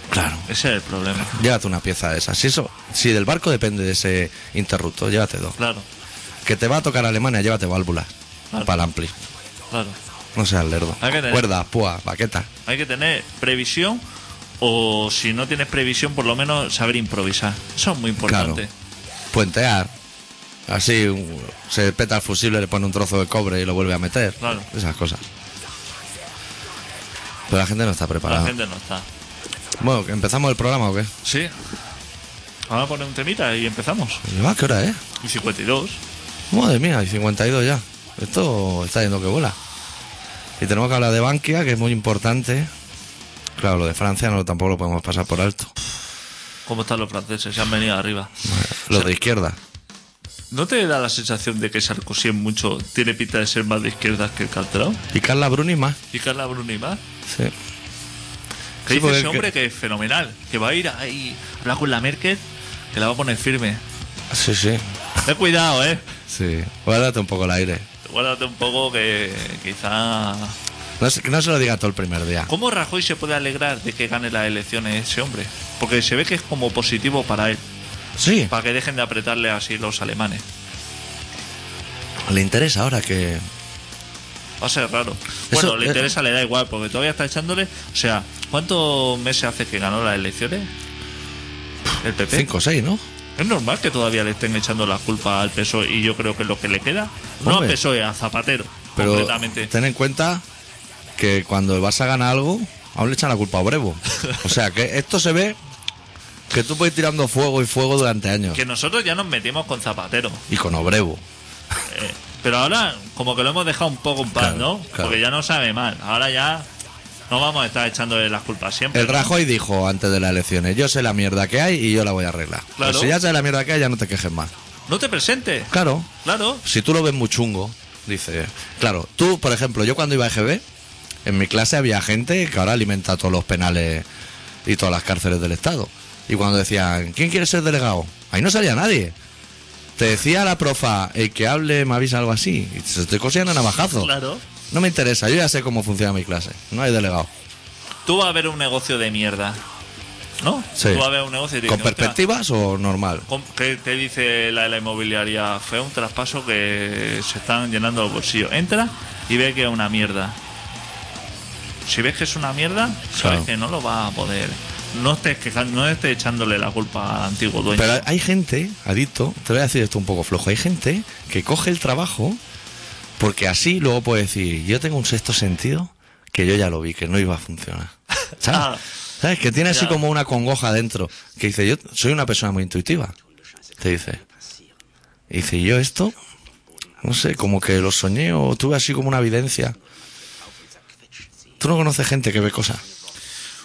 Speaker 1: Claro.
Speaker 2: ese es el problema.
Speaker 1: Llévate una pieza de esas. Si, eso, si del barco depende de ese interruptor, llévate dos.
Speaker 2: Claro,
Speaker 1: Que te va a tocar Alemania, llévate válvulas
Speaker 2: Claro.
Speaker 1: para el ampli.
Speaker 2: claro.
Speaker 1: No seas lerdo.
Speaker 2: Hay que tener-
Speaker 1: Cuerdas, púas, baquetas.
Speaker 2: Hay que tener previsión o si no tienes previsión, por lo menos saber improvisar. Eso es muy importante.
Speaker 1: Claro. Puentear. Así un- se peta el fusible, le pone un trozo de cobre y lo vuelve a meter.
Speaker 2: Claro.
Speaker 1: Esas cosas. Pero la gente no está preparada.
Speaker 2: La gente no está.
Speaker 1: Bueno, ¿que ¿empezamos el programa o qué?
Speaker 2: Sí. Vamos a poner un temita y empezamos.
Speaker 1: Ah, ¿qué hora es?
Speaker 2: Y 52.
Speaker 1: Madre mía, hay 52 ya. Esto está yendo que vuela. Y tenemos que hablar de Bankia, que es muy importante. Claro, lo de Francia no tampoco lo podemos pasar por alto.
Speaker 2: ¿Cómo están los franceses? Se han venido arriba.
Speaker 1: Lo de izquierda.
Speaker 2: ¿No te da la sensación de que Sarkozy en mucho tiene pinta de ser más de izquierdas que el Calderón?
Speaker 1: Y Carla Bruni más.
Speaker 2: ¿Y Carla Bruni más?
Speaker 1: Sí. Sí,
Speaker 2: Que dice
Speaker 1: porque
Speaker 2: ese
Speaker 1: el que-
Speaker 2: hombre que... es fenomenal, que va a ir ahí a hablar con la Merkel, que la va a poner firme.
Speaker 1: Sí, sí.
Speaker 2: Ten cuidado, eh.
Speaker 1: Sí. Guárdate un poco el aire.
Speaker 2: Guárdate un poco que quizá...
Speaker 1: No se, que no se lo diga todo el primer día.
Speaker 2: ¿Cómo Rajoy se puede alegrar de que gane las elecciones ese hombre? Porque se ve que es como positivo para él,
Speaker 1: Sí.
Speaker 2: para que dejen de apretarle así los alemanes.
Speaker 1: Le interesa ahora que.
Speaker 2: Va a ser raro.
Speaker 1: Eso-
Speaker 2: Bueno, le
Speaker 1: eh,
Speaker 2: interesa, le da igual, porque todavía está echándole. O sea, ¿cuántos meses hace que ganó las elecciones? El PP.
Speaker 1: 5 o 6, ¿no?
Speaker 2: Es normal que todavía le estén echando la culpa al PSOE E y yo creo que es lo que le queda. No al
Speaker 1: Hombre.
Speaker 2: PSOE, E, a Zapatero.
Speaker 1: Pero
Speaker 2: completamente.
Speaker 1: ten en cuenta que cuando el Barça gana algo, aún le echan la culpa a Brevo. O sea, que esto se ve que tú puedes ir tirando fuego y fuego durante años.
Speaker 2: Que nosotros ya nos metimos con Zapatero.
Speaker 1: Y con Obrevo.
Speaker 2: eh, pero ahora, como que lo hemos dejado un poco en paz,
Speaker 1: Claro,
Speaker 2: ¿no?
Speaker 1: claro.
Speaker 2: Porque ya no sabe mal. Ahora ya no vamos a estar echándole las culpas siempre.
Speaker 1: El Rajoy dijo antes de las elecciones, yo sé la mierda que hay y yo la voy a arreglar.
Speaker 2: Claro.
Speaker 1: Pues si ya sabes la mierda que hay, ya no te quejes más.
Speaker 2: No te presentes.
Speaker 1: Claro,
Speaker 2: Claro.
Speaker 1: si tú lo ves muy chungo, dice. Claro, tú, por ejemplo, yo cuando iba a EGB, en mi clase había gente que ahora alimenta todos los penales y todas las cárceles del Estado. Y cuando decían, ¿quién quiere ser delegado? Ahí no salía nadie. Te decía la profa, el que hable me avisa algo así. Y te estoy cosiendo navajazo.
Speaker 2: Claro.
Speaker 1: No me interesa, yo ya sé cómo funciona mi clase. No hay delegado.
Speaker 2: Tú vas a ver un negocio de mierda. ¿No?
Speaker 1: Sí.
Speaker 2: Tú vas a ver un negocio y te
Speaker 1: ¿Con
Speaker 2: dicen, "Hostia,
Speaker 1: perspectivas o normal?
Speaker 2: ¿Cómo- ¿Qué te dice la de la inmobiliaria? Fue un traspaso que se están llenando los bolsillos. Entra y ve que es una mierda. Si ves que es una mierda, sabes
Speaker 1: Claro.
Speaker 2: que no lo vas a poder. No estés, quejan- no estés echándole la culpa al antiguo dueño.
Speaker 1: Pero hay gente, adicto, te voy a decir esto un poco flojo, hay gente que coge el trabajo Porque así luego puedo decir, yo tengo un sexto sentido que yo ya lo vi, que no iba a funcionar. ¿Sabes?
Speaker 2: Ah.
Speaker 1: ¿Sabes? Que tiene así
Speaker 2: Ya.
Speaker 1: como una congoja dentro. Que dice, yo soy una persona muy intuitiva. Te dice. Y dice, yo esto, no sé, como que lo soñé o tuve así como una evidencia. Tú no conoces gente que ve cosas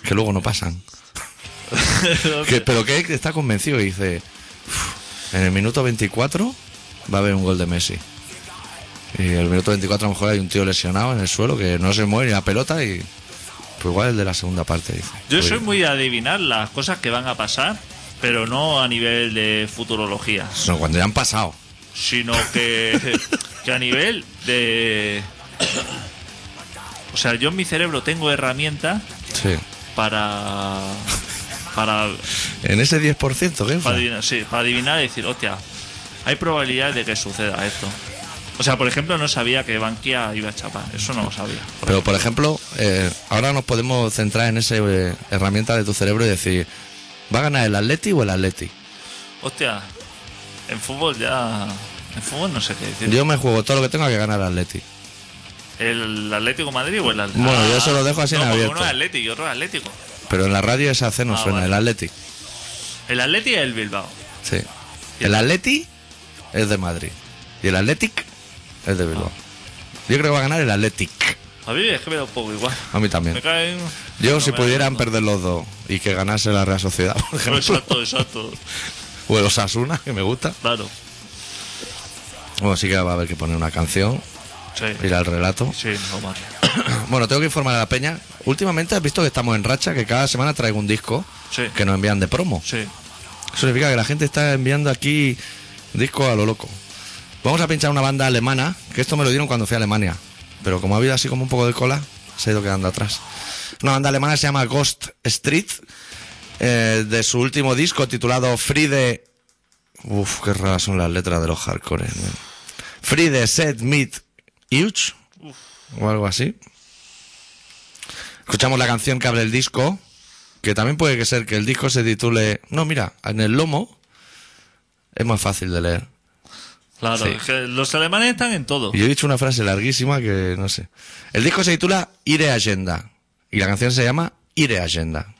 Speaker 1: que luego no pasan. Que- pero que está convencido y dice, "Uf, en el minuto 24 va a haber un gol de Messi. Y en el minuto 24 a lo mejor hay un tío lesionado en el suelo que no se mueve ni la pelota y... Pues igual el de la segunda parte, dice.
Speaker 2: Yo
Speaker 1: Pues-
Speaker 2: soy muy de adivinar las cosas que van a pasar, pero no a nivel de futurología,
Speaker 1: No, cuando ya han pasado.
Speaker 2: sino que, que a nivel de... O sea, yo en mi cerebro tengo herramientas
Speaker 1: Sí.
Speaker 2: para... Para,
Speaker 1: En ese 10%, ¿qué?
Speaker 2: para adivinar, sí, para adivinar y decir, hostia, hay probabilidad de que suceda esto. O sea, por ejemplo, no sabía que Bankia iba a chapar. Eso no lo sabía.
Speaker 1: Pero, por ejemplo, eh, ahora nos podemos centrar en esa eh, herramienta de tu cerebro y decir, ¿va a ganar el Atleti o el Atleti?
Speaker 2: Hostia, en fútbol ya... En fútbol no sé qué decir.
Speaker 1: Yo me juego todo lo que tenga que ganar el Atleti.
Speaker 2: ¿El Atlético de Madrid o el Atlético?
Speaker 1: Bueno, yo se lo dejo así en abierto.
Speaker 2: Uno es Atlético y otro es Atlético.
Speaker 1: Pero en la radio esa C no
Speaker 2: Ah,
Speaker 1: suena,
Speaker 2: vale.
Speaker 1: el Atleti.
Speaker 2: El Atlético es el Bilbao.
Speaker 1: Sí. El Atleti es de Madrid. Y el Athletic es de
Speaker 2: Ah.
Speaker 1: Bilbao. Yo creo que va a ganar el Athletic.
Speaker 2: A mí es que me da un poco igual.
Speaker 1: A mí
Speaker 2: Me
Speaker 1: también.
Speaker 2: caen.
Speaker 1: Yo
Speaker 2: no
Speaker 1: si
Speaker 2: me
Speaker 1: pudieran
Speaker 2: da-
Speaker 1: perder los dos y que ganase la Real Sociedad, por
Speaker 2: No,
Speaker 1: ejemplo,
Speaker 2: exacto, exacto.
Speaker 1: o el Osasuna, que me gusta.
Speaker 2: Claro.
Speaker 1: Bueno, sí que va a haber que poner una canción,
Speaker 2: Sí.
Speaker 1: ir al relato.
Speaker 2: Sí, no más.
Speaker 1: Bueno, tengo que informar a la peña. Últimamente has visto que estamos en racha, que cada semana traigo un disco
Speaker 2: Sí.
Speaker 1: que nos envían de promo.
Speaker 2: Sí.
Speaker 1: Eso significa que la gente está enviando aquí discos a lo loco. Vamos a pinchar una banda alemana, que esto me lo dieron cuando fui a Alemania. Pero como ha habido así como un poco de cola, se ha ido quedando atrás. Una banda alemana que se llama Ghost Street, eh, de su último disco titulado Friede... Uf, qué raras son las letras de los hardcore. man. Friede Set Meet Huge, o algo así. Escuchamos la canción que abre el disco, que también puede que ser que el disco se titule... No, mira, en el lomo es más fácil de leer.
Speaker 2: Claro.
Speaker 1: Sí.
Speaker 2: es que los alemanes están en todo.
Speaker 1: Y yo he dicho una frase larguísima que no sé. El disco se titula Ire Agenda. Y la canción se llama Ire Agenda.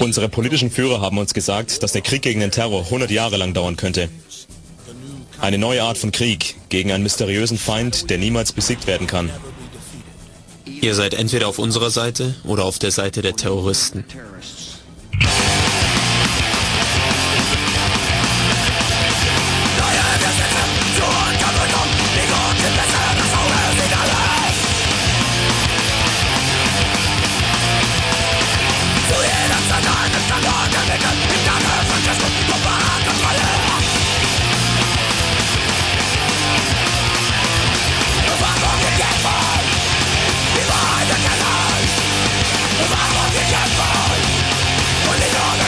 Speaker 5: Unsere politischen Führer haben uns gesagt, dass der Krieg gegen den Terror 100 Jahre lang dauern könnte. Eine neue Art von Krieg gegen einen mysteriösen Feind, der niemals besiegt werden kann.
Speaker 6: Ihr seid entweder auf unserer Seite oder auf der Seite der Terroristen.
Speaker 3: Quiero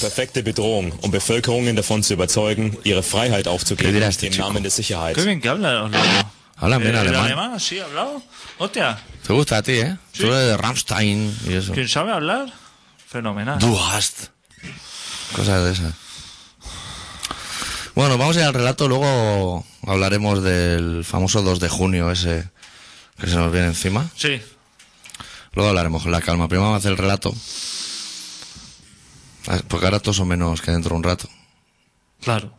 Speaker 5: perfekte Bedrohung, um Bevölkerungen davon zu überzeugen, ihre Freiheit aufzugeben
Speaker 1: ¿Qué dirá este
Speaker 5: im
Speaker 1: chico?
Speaker 5: Namen der Sicherheit.
Speaker 2: Qué bien que habla los locos.
Speaker 1: Habla bien
Speaker 2: Eh, ¿el
Speaker 1: alemán.
Speaker 2: alemán, sí, ha hablado. Hostia,
Speaker 1: Te gusta a ti, ¿eh? Tú eres de Rammstein y eso.
Speaker 2: quien sabe hablar, fenomenal.
Speaker 1: Du hast. Cosas de esas. Bueno, vamos a ir al relato, luego hablaremos del famoso 2 de junio ese que se nos viene encima.
Speaker 2: Sí,
Speaker 1: Luego hablaremos con la calma. Primero vamos a hacer el relato. Ah, Porque ahora todos son menos que dentro de un rato.
Speaker 2: claro.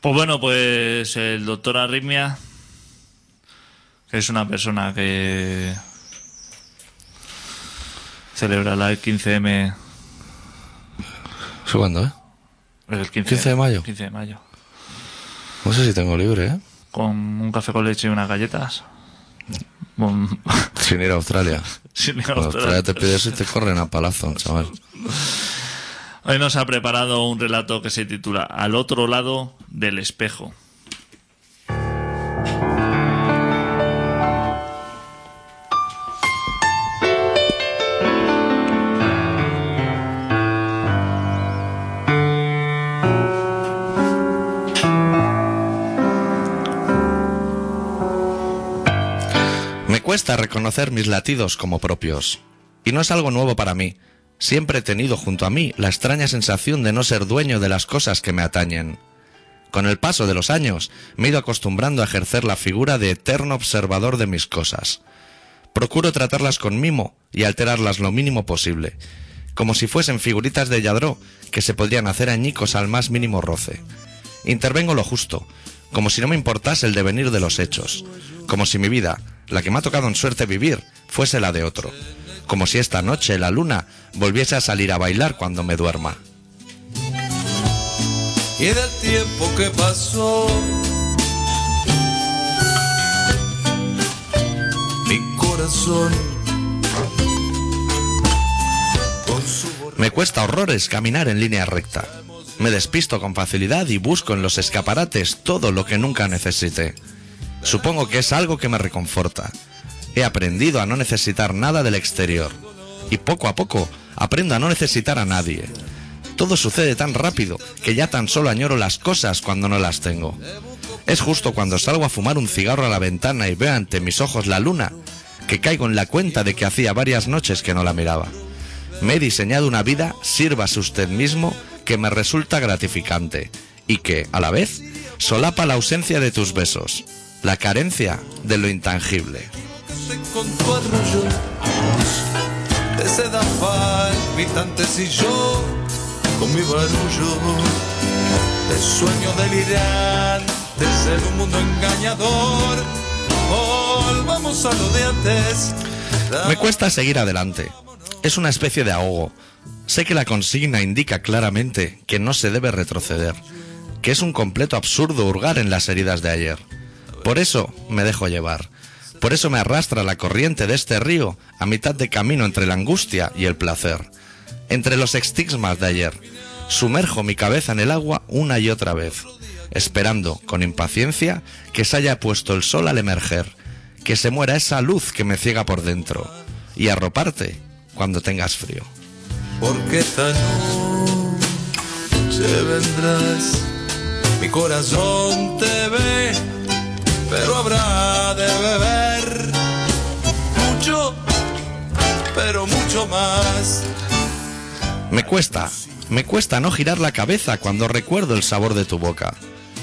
Speaker 2: Pues bueno, pues el doctor Arritmia, que es una persona que celebra la 15M.
Speaker 1: ¿Sé cuándo, eh?
Speaker 2: El 15,
Speaker 1: 15 de mayo.
Speaker 2: 15 de mayo.
Speaker 1: No sé si tengo libre, eh.
Speaker 2: Con un café con leche y unas galletas. Bon-
Speaker 1: Sin ir a Australia.
Speaker 2: Sin ir a
Speaker 1: Cuando Australia
Speaker 2: Australia.
Speaker 1: te pide eso y te corren a palazo, chaval.
Speaker 2: Hoy nos ha preparado un relato que se titula Al otro lado del espejo.
Speaker 1: Me cuesta reconocer mis latidos como propios. Y no es algo nuevo para mí. Siempre he tenido junto a mí la extraña sensación de no ser dueño de las cosas que me atañen. Con el paso de los años me he ido acostumbrando a ejercer la figura de eterno observador de mis cosas. Procuro tratarlas con mimo y alterarlas lo mínimo posible, como si fuesen figuritas de yadró que se podrían hacer añicos al más mínimo roce. Intervengo lo justo, como si no me importase el devenir de los hechos, como si mi vida, la que me ha tocado en suerte vivir, fuese la de otro, como si esta noche la luna volviese a salir a bailar cuando me duerma.
Speaker 4: y del tiempo que pasó. Mi corazón con su
Speaker 1: Me cuesta horrores caminar en línea recta. Me despisto con facilidad y busco en los escaparates todo lo que nunca necesité. Supongo que es algo que me reconforta. He aprendido a no necesitar nada del exterior. Y poco a poco aprendo a no necesitar a nadie. Todo sucede tan rápido que ya tan solo añoro las cosas cuando no las tengo. Es justo cuando salgo a fumar un cigarro a la ventana y veo ante mis ojos la luna, que caigo en la cuenta de que hacía varias noches que no la miraba. Me he diseñado una vida, sírvase usted mismo, que me resulta gratificante y que, a la vez, solapa la ausencia de tus besos, la carencia de lo intangible.
Speaker 4: con tu arrullo de seda palpitantes y yo con mi barullo de sueño delirantes en un mundo engañador volvamos a lo de antes
Speaker 1: Me cuesta seguir adelante. Es una especie de ahogo. Sé que la consigna indica claramente que no se debe retroceder, que es un completo absurdo hurgar en las heridas de ayer. Por eso me dejo llevar. Por eso me arrastra la corriente de este río a mitad de camino entre la angustia y el placer. Entre los estigmas de ayer, sumerjo mi cabeza en el agua una y otra vez, esperando con impaciencia que se haya puesto el sol al emerger, que se muera esa luz que me ciega por dentro y arroparte cuando tengas frío.
Speaker 4: porque esta noche vendrás. Mi corazón te ve, pero habrá de beber mucho, pero mucho más.
Speaker 1: Me cuesta, me cuesta no girar la cabeza cuando recuerdo el sabor de tu boca.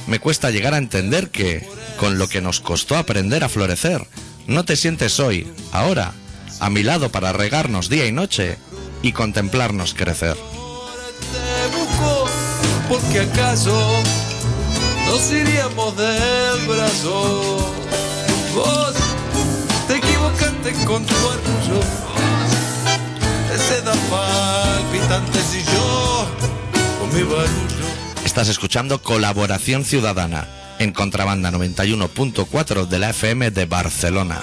Speaker 1: Me cuesta llegar a entender que, con lo que nos costó aprender a florecer, no te sientes hoy, ahora, a mi lado para regarnos día y noche y contemplarnos crecer.
Speaker 4: Te busco, porque acaso nos iríamos del brazo. Vos te equivocaste con tu orgullo. Ese da palpitantes y yo con mi barullo.
Speaker 1: Estás escuchando Colaboración Ciudadana en Contrabanda 91.4 de la FM de Barcelona.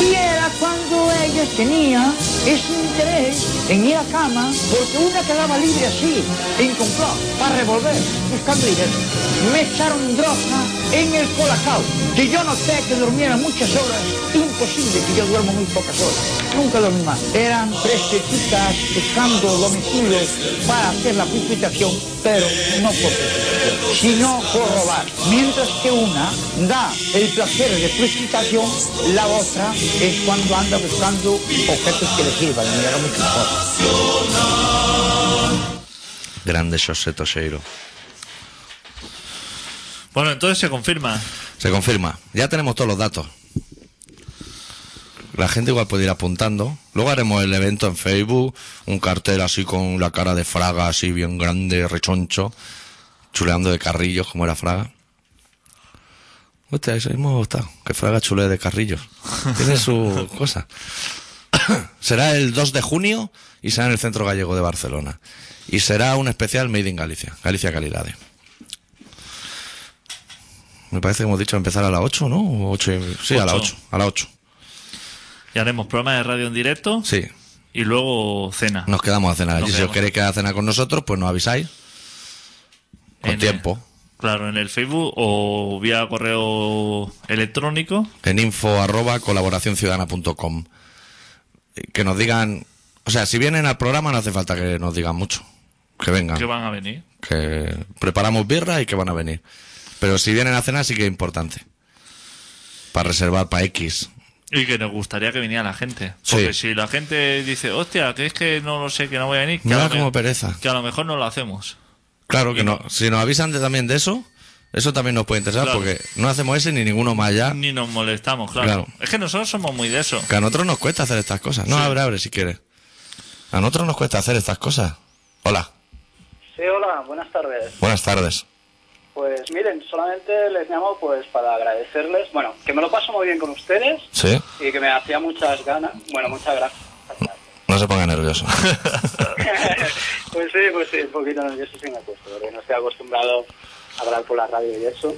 Speaker 7: Y era cuando ellos tenían ese interés en ir a cama, porque una quedaba libre así, en complot, para revolver, buscando dinero. Me echaron droga en el colacao. Si yo noté que durmiera muchas horas, imposible que yo duermo muy pocas horas. Nunca dormí más. Eran tres chiquitas buscando domicilios para hacer la precipitación, pero no por robar, sino por robar. Mientras que una da el placer de precipitación, la otra es cuando anda buscando objetos que le sirvan. Y era mucho mejor.
Speaker 1: Grande José Toseiro.
Speaker 2: Bueno, entonces se confirma.
Speaker 1: Se confirma. Ya tenemos todos los datos. La gente igual puede ir apuntando. Luego haremos el evento en Facebook, un cartel así con la cara de Fraga, así bien grande, rechoncho, chuleando de carrillos como era Fraga. Hostia, eso hemos gustado. Que Fraga chule de carrillos. Tiene su cosa. será el 2 de junio y será en el Centro Gallego de Barcelona. Y será un especial Made in Galicia, Galicia Calidades. Me parece que hemos dicho empezar a las 8, ¿no? Ocho y- sí, a las
Speaker 2: Ocho.
Speaker 1: 8. A las 8.
Speaker 2: Y haremos programas de radio en directo
Speaker 1: Sí.
Speaker 2: y luego cena.
Speaker 1: Nos quedamos a cenar
Speaker 2: Nos
Speaker 1: allí. Si os
Speaker 2: quedamos.
Speaker 1: queréis quedar a cenar con nosotros, pues nos avisáis. Con
Speaker 2: En-
Speaker 1: tiempo.
Speaker 2: Claro, en el Facebook o vía correo electrónico.
Speaker 1: En info arroba colaboracionciudadana.com. Que nos digan. O sea, si vienen al programa, no hace falta que nos digan mucho. Que vengan.
Speaker 2: que van a venir.
Speaker 1: Que preparamos birra y que van a venir. Pero si vienen a cenar, sí que es importante. Para reservar para X.
Speaker 2: Y que nos gustaría que viniera la gente.
Speaker 1: Sí.
Speaker 2: Porque si la gente dice, hostia, que es que no lo sé, que no voy a venir, que,
Speaker 1: Me
Speaker 2: a,
Speaker 1: da
Speaker 2: lo me-
Speaker 1: como pereza.
Speaker 2: que a lo mejor no lo hacemos.
Speaker 1: Claro que no. Si nos avisan de- también de eso, eso también nos puede interesar
Speaker 2: Claro.
Speaker 1: porque no hacemos ese ni ninguno más allá.
Speaker 2: Ni nos molestamos, claro.
Speaker 1: Claro.
Speaker 2: Es que nosotros somos muy de eso.
Speaker 1: Que a nosotros nos cuesta hacer estas cosas. No, abre, abre si quieres. A nosotros nos cuesta hacer estas cosas. Hola,
Speaker 8: Sí, hola, buenas tardes.
Speaker 1: buenas tardes.
Speaker 8: Pues miren, solamente les llamo pues para agradecerles, bueno, que me lo paso muy bien con ustedes
Speaker 1: ¿Sí?
Speaker 8: y que me hacía muchas ganas, bueno, muchas gracias.
Speaker 1: No se ponga nervioso.
Speaker 8: pues sí, pues sí, un poquito nervioso sí me puesto, porque no estoy acostumbrado a hablar por la radio y eso.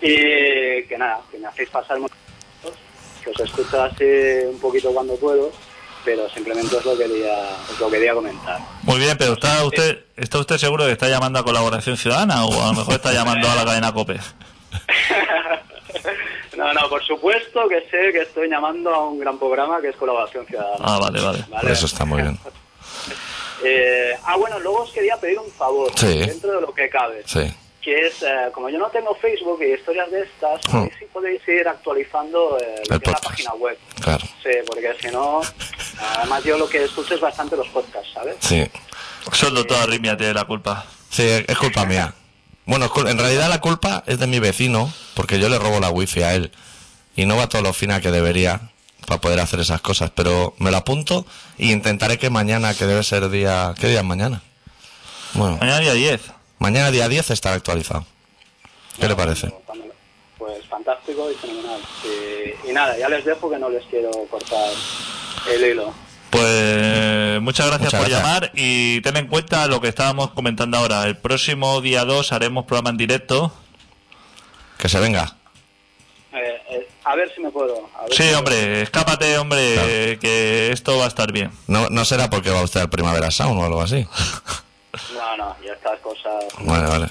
Speaker 8: Y que nada, que me hacéis pasar muchos momentos, que os escucho así un poquito cuando puedo, pero simplemente os lo quería, os lo quería comentar.
Speaker 2: Muy bien, pero ¿está usted, ¿está usted seguro que está llamando a Colaboración Ciudadana o a lo mejor está llamando a la cadena COPE?
Speaker 8: No, no, por supuesto que sé que estoy llamando a un gran programa que es Colaboración Ciudadana.
Speaker 2: Ah, vale, vale.
Speaker 8: ¿vale?
Speaker 1: Eso está muy bien.
Speaker 8: Eh, ah, bueno, luego os quería pedir un favor,
Speaker 1: Sí.
Speaker 8: dentro de lo que cabe.
Speaker 1: Sí.
Speaker 8: Que es, eh, como yo no tengo Facebook y historias de estas,
Speaker 1: Hmm.
Speaker 8: ahí sí podéis ir actualizando eh, lo
Speaker 1: El
Speaker 8: que es la
Speaker 1: podcast.
Speaker 8: página web.
Speaker 1: Claro.
Speaker 8: Sí, porque si no, además yo lo que escucho es bastante los podcasts, ¿sabes?
Speaker 1: Sí.
Speaker 2: Solo el doctor Arrimia tiene la culpa.
Speaker 1: Sí, es culpa mía. Bueno, es cul- en realidad la culpa es de mi vecino, porque yo le robo la wifi a él. Y no va todos los fines que debería para poder hacer esas cosas. Pero me lo apunto y intentaré que mañana, que debe ser día... ¿Qué día es mañana? Bueno,
Speaker 2: Mañana día 10.
Speaker 1: mañana día 10 estará actualizado. ¿Qué le parece?
Speaker 8: Cuando- Pues fantástico y fenomenal. Y, y nada, ya les dejo que no les quiero cortar el hilo.
Speaker 2: Pues muchas gracias
Speaker 1: Muchas
Speaker 2: por
Speaker 1: gracias.
Speaker 2: llamar y ten en cuenta lo que estábamos comentando ahora. El próximo día 2 haremos programa en directo.
Speaker 1: Que se venga.
Speaker 8: Eh, eh, a ver si me puedo. a ver
Speaker 2: Sí,
Speaker 8: si-
Speaker 2: hombre, escápate, hombre, que esto va a estar bien.
Speaker 1: No, no será porque va usted al Primavera Sound o algo así.
Speaker 8: No, no, ya estas cosas.
Speaker 1: Vale, vale.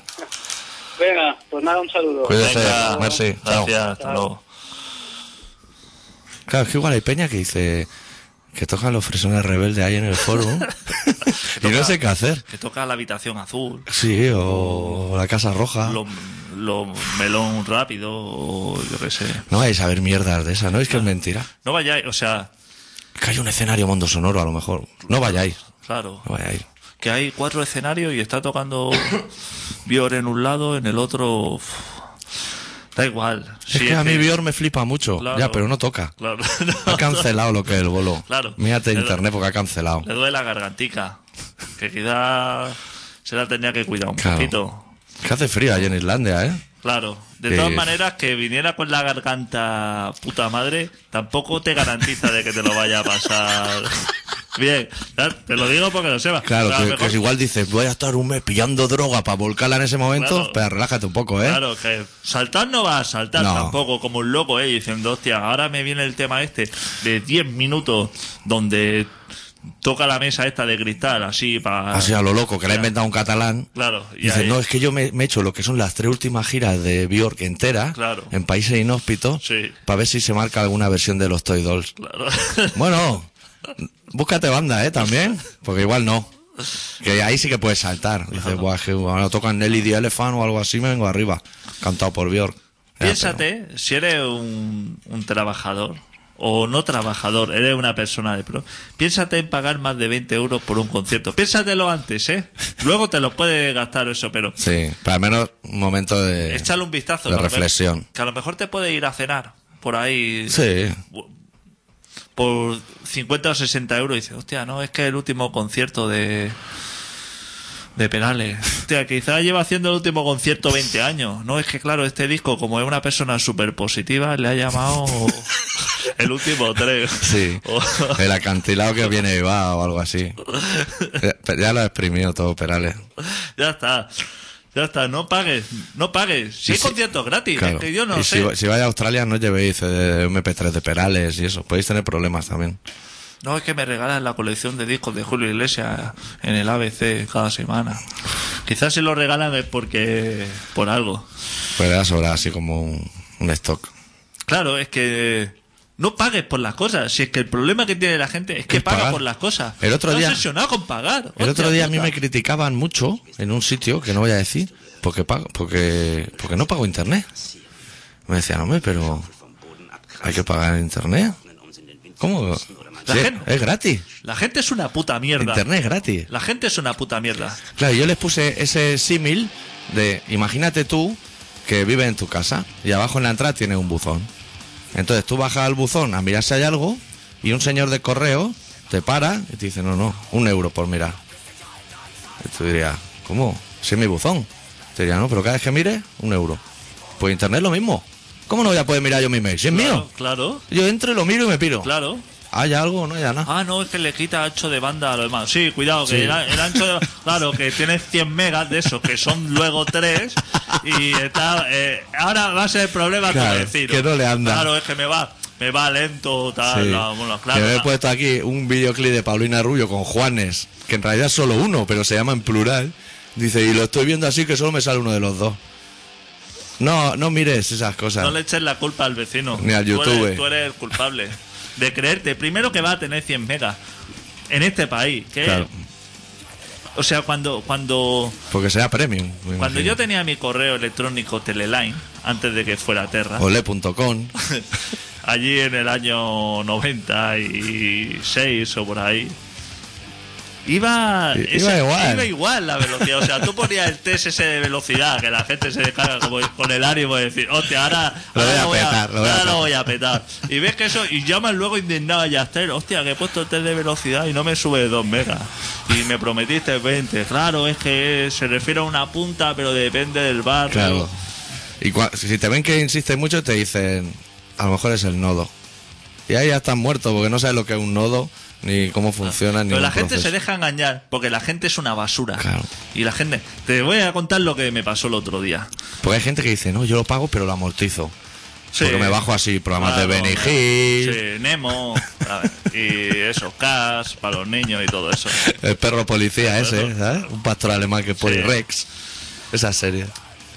Speaker 8: Venga, pues nada, un saludo.
Speaker 1: Cuídese.
Speaker 2: Venga,
Speaker 1: merci. Chao.
Speaker 2: Gracias, hasta luego.
Speaker 1: Claro, es que igual hay peña que dice que tocan los fresones rebeldes ahí en el foro. y no sé qué hacer.
Speaker 2: Que toca la habitación azul,
Speaker 1: Sí, o la Casa Roja.
Speaker 2: Oh. lo, lo melón rápido, o yo qué sé.
Speaker 1: No vais a ver mierdas de esas, ¿no? Es que es mentira.
Speaker 2: No vayáis, o sea,
Speaker 1: Que hay un escenario mundo sonoro, a lo mejor. No vayáis.
Speaker 2: claro,
Speaker 1: No vayáis.
Speaker 2: que hay cuatro escenarios y está tocando Bior en un lado, en el otro. uf, Da igual.
Speaker 1: es que a mí Bior me flipa mucho.
Speaker 2: Claro.
Speaker 1: Ya, pero no toca.
Speaker 2: Claro,
Speaker 1: Ha cancelado lo que es el bolo.
Speaker 2: Claro.
Speaker 1: Mírate
Speaker 2: Es
Speaker 1: internet porque ha cancelado.
Speaker 2: Le duele la gargantica. Que quizás se la tenía que cuidar un
Speaker 1: Claro.
Speaker 2: poquito.
Speaker 1: Que hace frío allí en Islandia, ¿eh?
Speaker 2: Claro. De
Speaker 1: Sí.
Speaker 2: todas maneras, que viniera con la garganta puta madre, tampoco te garantiza de que te lo vaya a pasar. Bien, ya, te lo digo porque lo sepas.
Speaker 1: Claro,
Speaker 2: O sea, a
Speaker 1: que,
Speaker 2: lo mejor-
Speaker 1: que igual dices, voy a estar un mes pillando droga para volcarla en ese momento,
Speaker 2: Claro.
Speaker 1: pero relájate un poco, ¿eh?
Speaker 2: Claro, que saltar no va a saltar
Speaker 1: No.
Speaker 2: tampoco, como un loco, ¿eh? Diciendo, hostia, ahora me viene el tema este de 10 minutos donde toca la mesa esta de cristal, así para.
Speaker 1: Así a lo loco, que la ha inventado un catalán.
Speaker 2: Claro, y
Speaker 1: Dice,
Speaker 2: ahí-
Speaker 1: no, es que yo me, me he hecho lo que son las tres últimas giras de Bjork enteras
Speaker 2: Claro.
Speaker 1: en países inhóspitos
Speaker 2: Sí.
Speaker 1: para ver si se marca alguna versión de los Toy Dolls.
Speaker 2: Claro.
Speaker 1: Bueno, búscate banda, ¿eh? También, porque igual no. Que ahí sí que puedes saltar. Dices, "Buah, es que ahora tocan Nelly the Elephant o algo así, me vengo arriba. Cantado por Bjork. Ya,
Speaker 2: Piénsate si eres un, un trabajador o no trabajador, eres una persona de pro. Piénsate en pagar más de 20 euros por un concierto. Piénsatelo antes, ¿eh? Luego te lo puedes gastar eso, pero
Speaker 1: pero- sí, pero al menos un momento de.
Speaker 2: échale un vistazo.
Speaker 1: de
Speaker 2: que a lo mejor-
Speaker 1: reflexión.
Speaker 2: que a lo mejor te puede ir a cenar por ahí
Speaker 1: Sí.
Speaker 2: por 50 o 60 euros y dices, hostia, no, es que el último concierto de de penales. Hostia, quizás lleva haciendo el último concierto 20 años. No, es que claro, este disco, como es una persona súper positiva, le ha llamado el último tres.
Speaker 1: Sí.
Speaker 2: O-
Speaker 1: El acantilado que viene y va o algo así. Ya, pero ya lo ha exprimido todo, Perales.
Speaker 2: ya está. Ya está, no pagues, no pagues. Si
Speaker 1: Y
Speaker 2: hay
Speaker 1: si-
Speaker 2: conciertos gratis,
Speaker 1: Claro.
Speaker 2: es que yo no
Speaker 1: y
Speaker 2: sé.
Speaker 1: si, va- si vais a Australia, no llevéis eh, MP3 de Perales y eso. Podéis tener problemas también.
Speaker 2: No es que me regalan la colección de discos de Julio Iglesias en el ABC cada semana. Quizás si lo regalan es porque por algo.
Speaker 1: Pero ya sobra Pues así como un, un stock.
Speaker 2: Claro, es que no pagues por las cosas. Si es que el problema que tiene la gente es que
Speaker 1: Es
Speaker 2: paga
Speaker 1: pagar.
Speaker 2: por las cosas.
Speaker 1: El otro
Speaker 2: Está
Speaker 1: día-
Speaker 2: obsesionado con pagar.
Speaker 1: El otro
Speaker 2: Hostia
Speaker 1: día a mí
Speaker 2: puta.
Speaker 1: me criticaban mucho en un sitio que no voy a decir porque pago, porque porque no pago internet. Me decían, hombre, pero hay que pagar internet. ¿Cómo? Sí,
Speaker 2: gente-
Speaker 1: es gratis.
Speaker 2: La gente es una puta mierda.
Speaker 1: Internet es gratis.
Speaker 2: La gente es una puta mierda.
Speaker 1: Claro, yo les puse ese símil de imagínate tú que vives en tu casa y abajo en la entrada tienes un buzón. Entonces tú bajas al buzón a mirar si hay algo y un señor de correo te para y te dice, no, no, un euro por mirar. Y tú dirías, ¿cómo? Si es mi buzón. Te diría, no, pero cada vez que mires, un euro. Pues internet lo mismo. ¿Cómo no voy a poder mirar yo mi mail? Si es mío.
Speaker 2: Claro,
Speaker 1: Yo entro y lo miro y me piro.
Speaker 2: claro.
Speaker 1: Haya algo o no haya nada.
Speaker 2: Ah, no, es que le quita ancho de banda a lo demás. Sí, cuidado, que
Speaker 1: Sí.
Speaker 2: el, a- el ancho de Claro, que tienes 100 megas de esos, que son luego 3. Y está, eh, ahora va a ser el problema tu
Speaker 1: Claro,
Speaker 2: vecino.
Speaker 1: que no le anda.
Speaker 2: Claro, es que me va, me va lento, tal.
Speaker 1: Sí.
Speaker 2: la- bueno, claro.
Speaker 1: que me he
Speaker 2: la-
Speaker 1: puesto aquí un videoclip de Paulina Rubio con Juanes, que en realidad es solo uno, pero se llama en plural. Dice, y lo estoy viendo así que solo me sale uno de los dos. No, no mires esas cosas.
Speaker 2: No le eches la culpa al vecino.
Speaker 1: Ni al
Speaker 2: Tú eres- Tú
Speaker 1: YouTube.
Speaker 2: eres, el culpable de creerte. Primero que va a tener 100 megas en este país. que-
Speaker 1: Claro,
Speaker 2: O sea, cuando cuando
Speaker 1: porque será premium. me
Speaker 2: cuando yo
Speaker 1: imagino.
Speaker 2: tenía mi correo electrónico Teleline, antes de que fuera Terra,
Speaker 1: Olé.com.
Speaker 2: allí en el año 96 o por ahí. Iba,
Speaker 1: I- iba igual.
Speaker 2: iba igual la velocidad. O sea, tú ponías el test ese de velocidad, que la gente se descarga como con el ánimo de decir, hostia, ahora,
Speaker 1: Lo voy
Speaker 2: ahora
Speaker 1: a petar, lo voy a
Speaker 2: ahora
Speaker 1: petar".
Speaker 2: voy a petar. Y ves que eso, y llamas luego indignado a Yastel, hostia, que he puesto el test de velocidad y no me sube de 2 megas. Y me prometiste 20. Claro, es que se refiere a una punta, pero depende del barrio.
Speaker 1: Claro. Y cua- si te ven que insistes mucho, te dicen, a lo mejor es el nodo. Y ahí ya estás muerto, porque no sabes lo que es un nodo, ni cómo funciona, ni
Speaker 2: Ah, Pero la
Speaker 1: un
Speaker 2: gente se
Speaker 1: proceso.
Speaker 2: deja engañar porque la gente es una basura.
Speaker 1: Claro.
Speaker 2: Y la gente. Te voy a contar lo que me pasó el otro día.
Speaker 1: Porque hay gente que dice, no, yo lo pago, pero lo amortizo.
Speaker 2: Sí.
Speaker 1: Porque me bajo así programas de
Speaker 2: Claro,
Speaker 1: Benny Hill,
Speaker 2: Sí, Nemo. a ver, y eso, Cash para los niños y todo eso.
Speaker 1: el perro policía ese, ¿sabes? Un pastor alemán que pone
Speaker 2: Sí.
Speaker 1: Rex. Esa serie.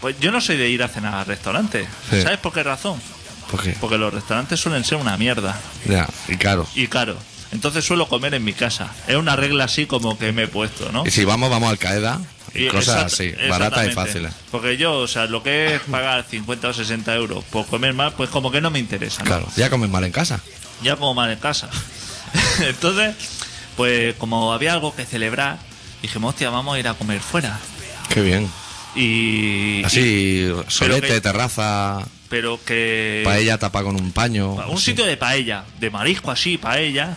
Speaker 2: Pues yo no soy de ir a cenar a restaurantes.
Speaker 1: Sí.
Speaker 2: ¿Sabes por qué razón?
Speaker 1: Porque,
Speaker 2: Porque los restaurantes suelen ser una mierda
Speaker 1: ya, y claro.
Speaker 2: y caro. Entonces suelo comer en mi casa. Es una regla así como que me he puesto, ¿no?
Speaker 1: Y si vamos, vamos al Qaeda. Y
Speaker 2: Y
Speaker 1: cosas
Speaker 2: exact-
Speaker 1: así, baratas y
Speaker 2: exactamente. Ah,
Speaker 1: fáciles.
Speaker 2: Porque yo, o sea, lo que es pagar 50 o 60 euros por comer mal, pues como que no me interesa. ¿no?
Speaker 1: Claro, ya comen mal en casa.
Speaker 2: ya como mal en casa. Entonces, pues como había algo que celebrar, dijimos, hostia, vamos a ir a comer fuera.
Speaker 1: Qué bien.
Speaker 2: Y. y-
Speaker 1: Así, solete,
Speaker 2: que-
Speaker 1: terraza,
Speaker 2: pero que.
Speaker 1: paella tapa con un paño.
Speaker 2: Un
Speaker 1: así.
Speaker 2: sitio de paella, de marisco así, paella.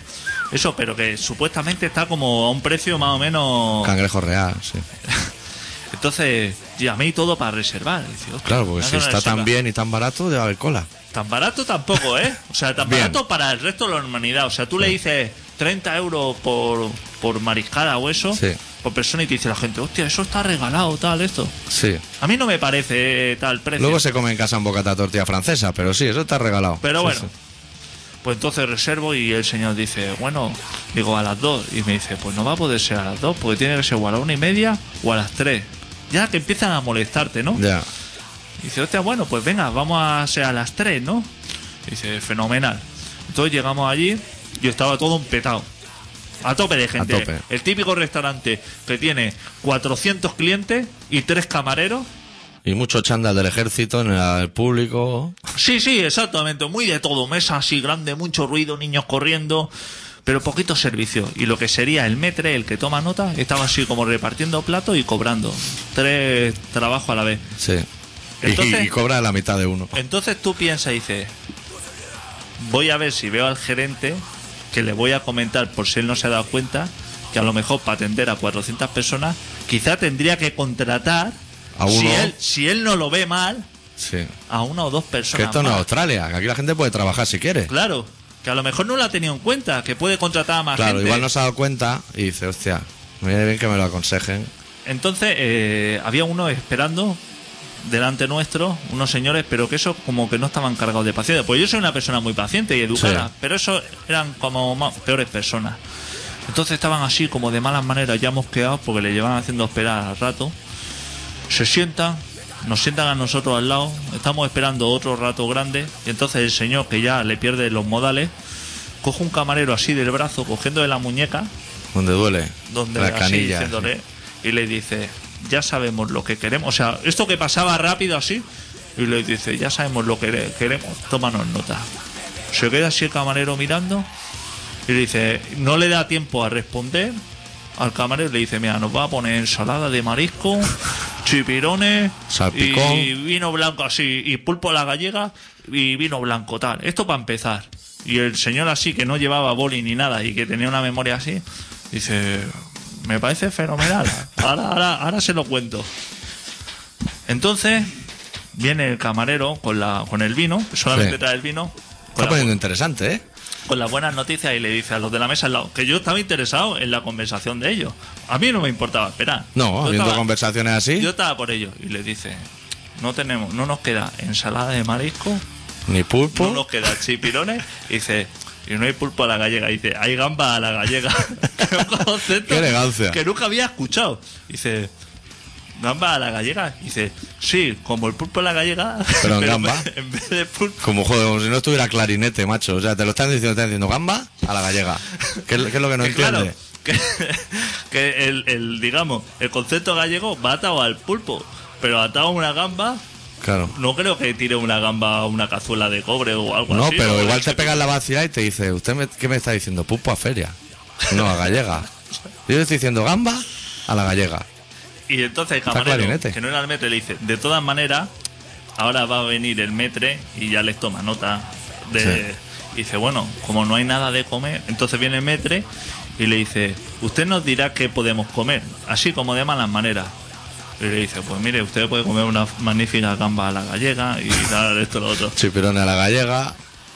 Speaker 2: Eso, pero que supuestamente está como a un precio más o menos.
Speaker 1: Cangrejo real, sí.
Speaker 2: Entonces, llamé y todo para reservar. Dice, hostia,
Speaker 1: Claro, porque
Speaker 2: no
Speaker 1: si
Speaker 2: nos
Speaker 1: está
Speaker 2: reserva.
Speaker 1: tan bien y tan barato, debe haber cola.
Speaker 2: Tan barato tampoco, ¿eh? O sea, tan
Speaker 1: Bien.
Speaker 2: barato para el resto de la humanidad. O sea, tú le dices 30 euros por, por mariscada o eso,
Speaker 1: Sí.
Speaker 2: por persona, y te dice la gente, hostia, eso está regalado, tal, esto.
Speaker 1: Sí.
Speaker 2: A mí no me parece eh, tal precio.
Speaker 1: Luego se come en casa en bocata tortilla francesa, pero sí, eso está regalado.
Speaker 2: Pero
Speaker 1: Sí,
Speaker 2: bueno,
Speaker 1: sí.
Speaker 2: Pues entonces reservo y el señor dice, bueno, digo a las dos. Y me dice, pues no va a poder ser a las dos, porque tiene que ser o a la una y media o a las tres. Ya que empiezan a molestarte, ¿no?
Speaker 1: Ya.
Speaker 2: Y dice, hostia, bueno, pues venga, vamos a ser a las 3, ¿no? Y dice, fenomenal. Entonces llegamos allí y estaba todo empetado. A tope de gente.
Speaker 1: A tope.
Speaker 2: El típico restaurante que tiene 400 clientes y tres camareros.
Speaker 1: Y mucho chándal del ejército en el público.
Speaker 2: Sí, sí, exactamente. Muy de todo. Mesa así grande, mucho ruido, niños corriendo. Pero poquito servicio. Y lo que sería el metre, el que toma nota, estaba así como repartiendo platos y cobrando. Tres trabajos a la vez.
Speaker 1: Sí. Y-
Speaker 2: Entonces-
Speaker 1: y, cobra la mitad de uno.
Speaker 2: Entonces tú piensas y dices, voy a ver si veo al gerente, que le voy a comentar por si él no se ha dado cuenta, que a lo mejor para atender a 400 personas, quizá tendría que contratar,
Speaker 1: A uno.
Speaker 2: si él, si él no lo ve mal,
Speaker 1: Sí.
Speaker 2: a una o dos
Speaker 1: Que
Speaker 2: personas.
Speaker 1: esto no es
Speaker 2: más.
Speaker 1: Australia, que aquí la gente puede trabajar si quiere.
Speaker 2: Claro, que a lo mejor no lo ha tenido en cuenta, que puede contratar a más
Speaker 1: Claro,
Speaker 2: gente.
Speaker 1: igual no se ha dado cuenta y dice, hostia, me viene bien que me lo aconsejen.
Speaker 2: Entonces eh, había uno esperando delante nuestro, unos señores, pero que eso como que no estaban cargados de paciencia. Pues yo soy una persona muy paciente y educada,
Speaker 1: Sí.
Speaker 2: pero eso eran como ma- peores personas. Entonces estaban así como de malas maneras, ya mosqueados porque le llevan haciendo esperar al rato. Se sientan, nos sientan a nosotros al lado, estamos esperando otro rato grande y entonces el señor que ya le pierde los modales, coge un camarero así del brazo, cogiendo de la muñeca,
Speaker 1: Donde duele.
Speaker 2: donde
Speaker 1: las
Speaker 2: así
Speaker 1: canillas.
Speaker 2: diciéndole y le dice ya sabemos lo que queremos o sea esto que pasaba rápido así y le dice ya sabemos lo que le- queremos tómanos nota se queda así el camarero mirando y le dice no le da tiempo a responder al camarero le dice mira nos va a poner ensalada de marisco chipirones
Speaker 1: Salpicón.
Speaker 2: y vino blanco así y pulpo a la gallega y vino blanco tal esto para empezar y el señor así que no llevaba boli ni nada y que tenía una memoria así dice me parece fenomenal ahora ahora ahora se lo cuento entonces viene el camarero con la con el vino solamente
Speaker 1: Sí.
Speaker 2: trae el vino con
Speaker 1: Está
Speaker 2: la-
Speaker 1: poniendo interesante, ¿eh?
Speaker 2: con las buenas noticias y le dice a los de la mesa al lado que yo estaba interesado en la conversación de ellos. A mí no me importaba esperar.
Speaker 1: No,
Speaker 2: yo
Speaker 1: habiendo
Speaker 2: estaba,
Speaker 1: conversaciones así,
Speaker 2: yo estaba por ellos y le dice, no tenemos, no nos queda ensalada de marisco,
Speaker 1: ni pulpo.
Speaker 2: no nos queda chipirones, y dice, y no hay pulpo a la gallega, y dice, hay gamba a la gallega. Que es un concepto
Speaker 1: Qué elegancia.
Speaker 2: Que nunca había escuchado. Y dice, gamba a la gallega, Y dice, sí, como el pulpo a la gallega,
Speaker 1: Pero en gamba.
Speaker 2: en vez de pulpo
Speaker 1: Como joder, como si no estuviera clarinete, macho. O sea, te lo están diciendo, te están diciendo gamba a la gallega. ¿Qué, es- qué es lo que no
Speaker 2: Que claro,
Speaker 1: entiende?
Speaker 2: que, que el, el, digamos, el concepto gallego va atado al pulpo, pero atado a una gamba,
Speaker 1: Claro.
Speaker 2: no creo que tire una gamba a una cazuela de cobre o algo
Speaker 1: No,
Speaker 2: así.
Speaker 1: pero
Speaker 2: ¿no?
Speaker 1: igual te pega en la vacía y te dice, ¿usted me- qué me está diciendo? Pulpo a feria. No, a gallega. Yo le estoy diciendo gamba a la gallega.
Speaker 2: Y entonces el
Speaker 1: Está
Speaker 2: camarero,
Speaker 1: clarinete.
Speaker 2: que no era el metre, le dice, de todas maneras, ahora va a venir el metre y ya les toma nota. De...
Speaker 1: Sí.
Speaker 2: Y dice, bueno, como no hay nada de comer, entonces viene el metre y le dice, usted nos dirá qué podemos comer, así como de malas maneras. Y le dice, pues mire, usted puede comer una magnífica gamba a la gallega y tal, esto, lo otro.
Speaker 1: Chipirón a la gallega.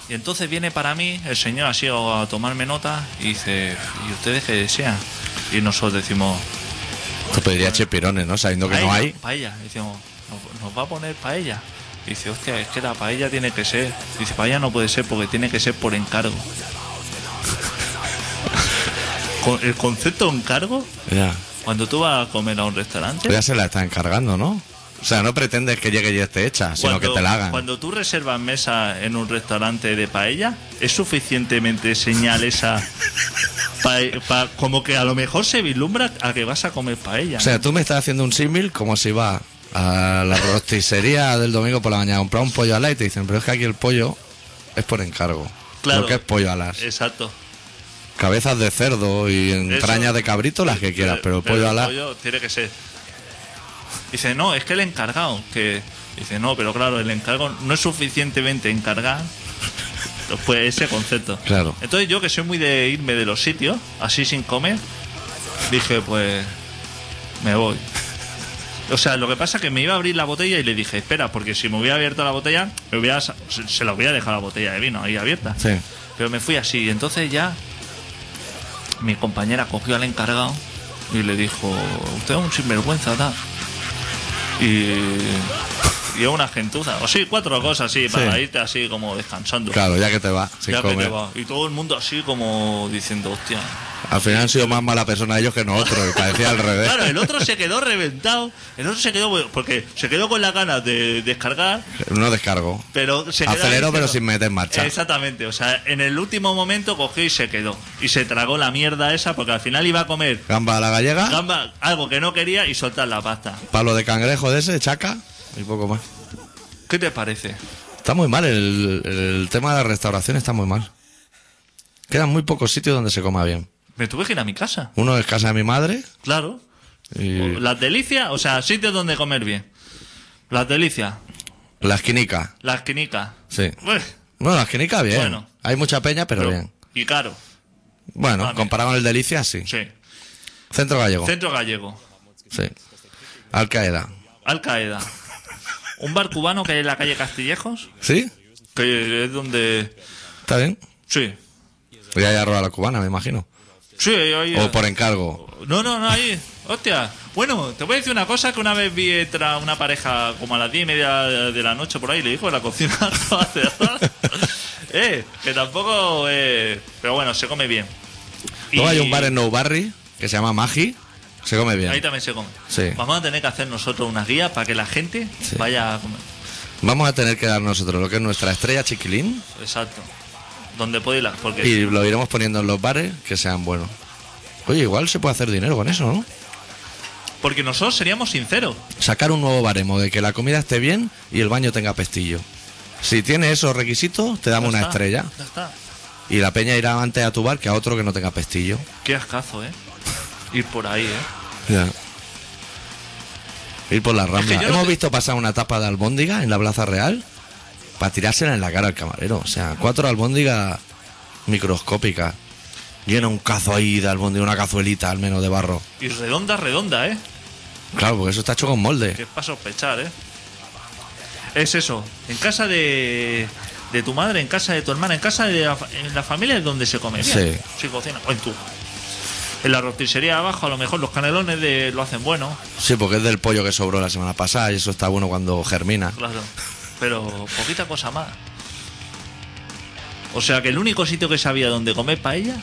Speaker 2: Y entonces viene para mí el señor así a tomarme nota y dice, ¿y ustedes qué desean? Y nosotros decimos,
Speaker 1: Tú pedirías chipirones, ¿no? Sabiendo que no
Speaker 2: Paella,
Speaker 1: hay.
Speaker 2: Paella. Decimos, nos, nos va a poner paella. Y dice, hostia, es que la paella tiene que ser. Dice, paella no puede ser porque tiene que ser por encargo. Con- El concepto de encargo,
Speaker 1: Ya.
Speaker 2: cuando tú vas a comer a un restaurante,
Speaker 1: Pero ya se la está encargando, ¿no? O sea, no pretendes que llegue y esté hecha, sino
Speaker 2: cuando,
Speaker 1: que te la hagan.
Speaker 2: cuando tú reservas mesa en un restaurante de paella, ¿es suficientemente señal esa pa- pa- como que a lo mejor se vislumbra a que vas a comer paella?
Speaker 1: O sea, tú me estás haciendo un símil como si va a la rosticería del domingo por la mañana a comprar un pollo ala y te dicen, pero es que aquí el pollo es por encargo.
Speaker 2: Claro.
Speaker 1: Lo que es pollo alas.
Speaker 2: Exacto.
Speaker 1: Cabezas de cerdo y entrañas
Speaker 2: Eso-
Speaker 1: de cabrito, las que quieras, pero, pollo
Speaker 2: el
Speaker 1: alas.
Speaker 2: pollo tiene que ser. Dice, no, es que el encargado, que... Dice, no, pero claro, el encargo no es suficientemente encargar pues ese concepto.
Speaker 1: Claro.
Speaker 2: Entonces yo, que soy muy de irme de los sitios, así sin comer, dije, pues... me voy. O sea, lo que pasa es que me iba a abrir la botella y le dije, espera, porque si me hubiera abierto la botella, me hubiera sa- se, se la hubiera dejado la botella de vino ahí abierta.
Speaker 1: Sí.
Speaker 2: Pero me fui así. Y entonces ya mi compañera cogió al encargado y le dijo, usted es un sinvergüenza, tal. Y Y una gentuza. O sí, cuatro cosas así, para
Speaker 1: Sí.
Speaker 2: irte así como descansando.
Speaker 1: Claro, ya que te va. sin
Speaker 2: Ya que te
Speaker 1: comer.
Speaker 2: va. Y todo el mundo así como diciendo, hostia.
Speaker 1: Al final han sido más mala persona ellos que nosotros, y parecía al revés.
Speaker 2: Claro, el otro se quedó reventado. El otro se quedó, porque se quedó con las ganas de descargar,
Speaker 1: No descargo.
Speaker 2: pero se quedó. ahí,
Speaker 1: Acelero, pero sin meter marcha.
Speaker 2: Exactamente, o sea, en el último momento cogió y se quedó. Y se tragó la mierda esa porque al final iba a comer
Speaker 1: Gamba a la gallega,
Speaker 2: gamba, algo que no quería y soltar la pasta.
Speaker 1: palo de cangrejo de ese, chaca y poco más.
Speaker 2: ¿Qué te parece?
Speaker 1: Está muy mal, el, el tema de la restauración está muy mal. Quedan muy pocos sitios donde se coma bien.
Speaker 2: Me tuve que ir a mi casa,
Speaker 1: Uno es casa de mi madre
Speaker 2: claro.
Speaker 1: y
Speaker 2: Las delicias, o sea, sitios donde comer bien. Las delicias,
Speaker 1: la esquinica,
Speaker 2: las quinicas.
Speaker 1: sí.
Speaker 2: Bueno,
Speaker 1: Bueno, la esquinica bien.
Speaker 2: Bueno.
Speaker 1: Hay mucha peña, pero,
Speaker 2: pero-
Speaker 1: bien.
Speaker 2: Y caro,
Speaker 1: Bueno,
Speaker 2: Vale.
Speaker 1: comparado con el Delicia, sí.
Speaker 2: sí.
Speaker 1: Centro gallego,
Speaker 2: Centro gallego,
Speaker 1: sí. Al Qaeda,
Speaker 2: Al Qaeda. Un bar cubano que hay en la calle Castillejos,
Speaker 1: ¿sí?
Speaker 2: que es donde.
Speaker 1: ¿Está bien?
Speaker 2: Sí,
Speaker 1: Y hay arroz a la cubana, me imagino.
Speaker 2: sí, ahí.
Speaker 1: O por encargo.
Speaker 2: No, no, no, ahí. Hostia. Bueno, te voy a decir una cosa que una vez vi entrar una pareja como a las diez y media de la noche por ahí, le dijo en la cocina estaba cerrada. Eh, que tampoco... Eh, pero bueno, se come bien.
Speaker 1: Luego
Speaker 2: Y
Speaker 1: hay un bar en Nou Barry que se llama Magi. Se come
Speaker 2: Ahí
Speaker 1: bien.
Speaker 2: también se come.
Speaker 1: Sí.
Speaker 2: Vamos a tener que hacer nosotros unas guías para que la gente
Speaker 1: Sí.
Speaker 2: vaya a comer.
Speaker 1: Vamos a tener que dar nosotros lo que es nuestra estrella chiquilín
Speaker 2: Exacto. Donde puede ir, porque
Speaker 1: y lo iremos poniendo en los bares que sean buenos. Oye, igual se puede hacer dinero con eso, ¿no?
Speaker 2: porque nosotros seríamos sinceros.
Speaker 1: Sacar un nuevo baremo de que la comida esté bien y el baño tenga pestillo. Si tiene esos requisitos, te damos una
Speaker 2: Ya está,
Speaker 1: estrella.
Speaker 2: Ya está.
Speaker 1: Y la peña irá antes a tu bar que a otro que no tenga pestillo.
Speaker 2: Qué ascazo, ¿eh? Ir por ahí, ¿eh?
Speaker 1: Ya. Ir por la rambla.
Speaker 2: yo no
Speaker 1: Hemos
Speaker 2: te-
Speaker 1: visto pasar una tapa de albóndiga en la Plaza Real para tirársela en la cara al camarero. O sea, cuatro albóndigas microscópicas. Llena un cazo ahí de albóndiga, una cazuelita al menos de barro.
Speaker 2: Y redonda, redonda, ¿eh?
Speaker 1: Claro, porque eso está hecho con molde.
Speaker 2: Que es para sospechar, ¿eh? Es eso. En casa de, de tu madre, en casa de tu hermana, en casa de la, fa- en la familia es donde se come. bien.
Speaker 1: Sí.
Speaker 2: Se cocina. O en tu. En la rotisería abajo, a lo mejor los canelones de, lo hacen bueno,
Speaker 1: Sí, porque es del pollo que sobró la semana pasada y eso está bueno cuando germina.
Speaker 2: claro. Pero poquita cosa más. O sea que el único sitio que sabía donde comer paella.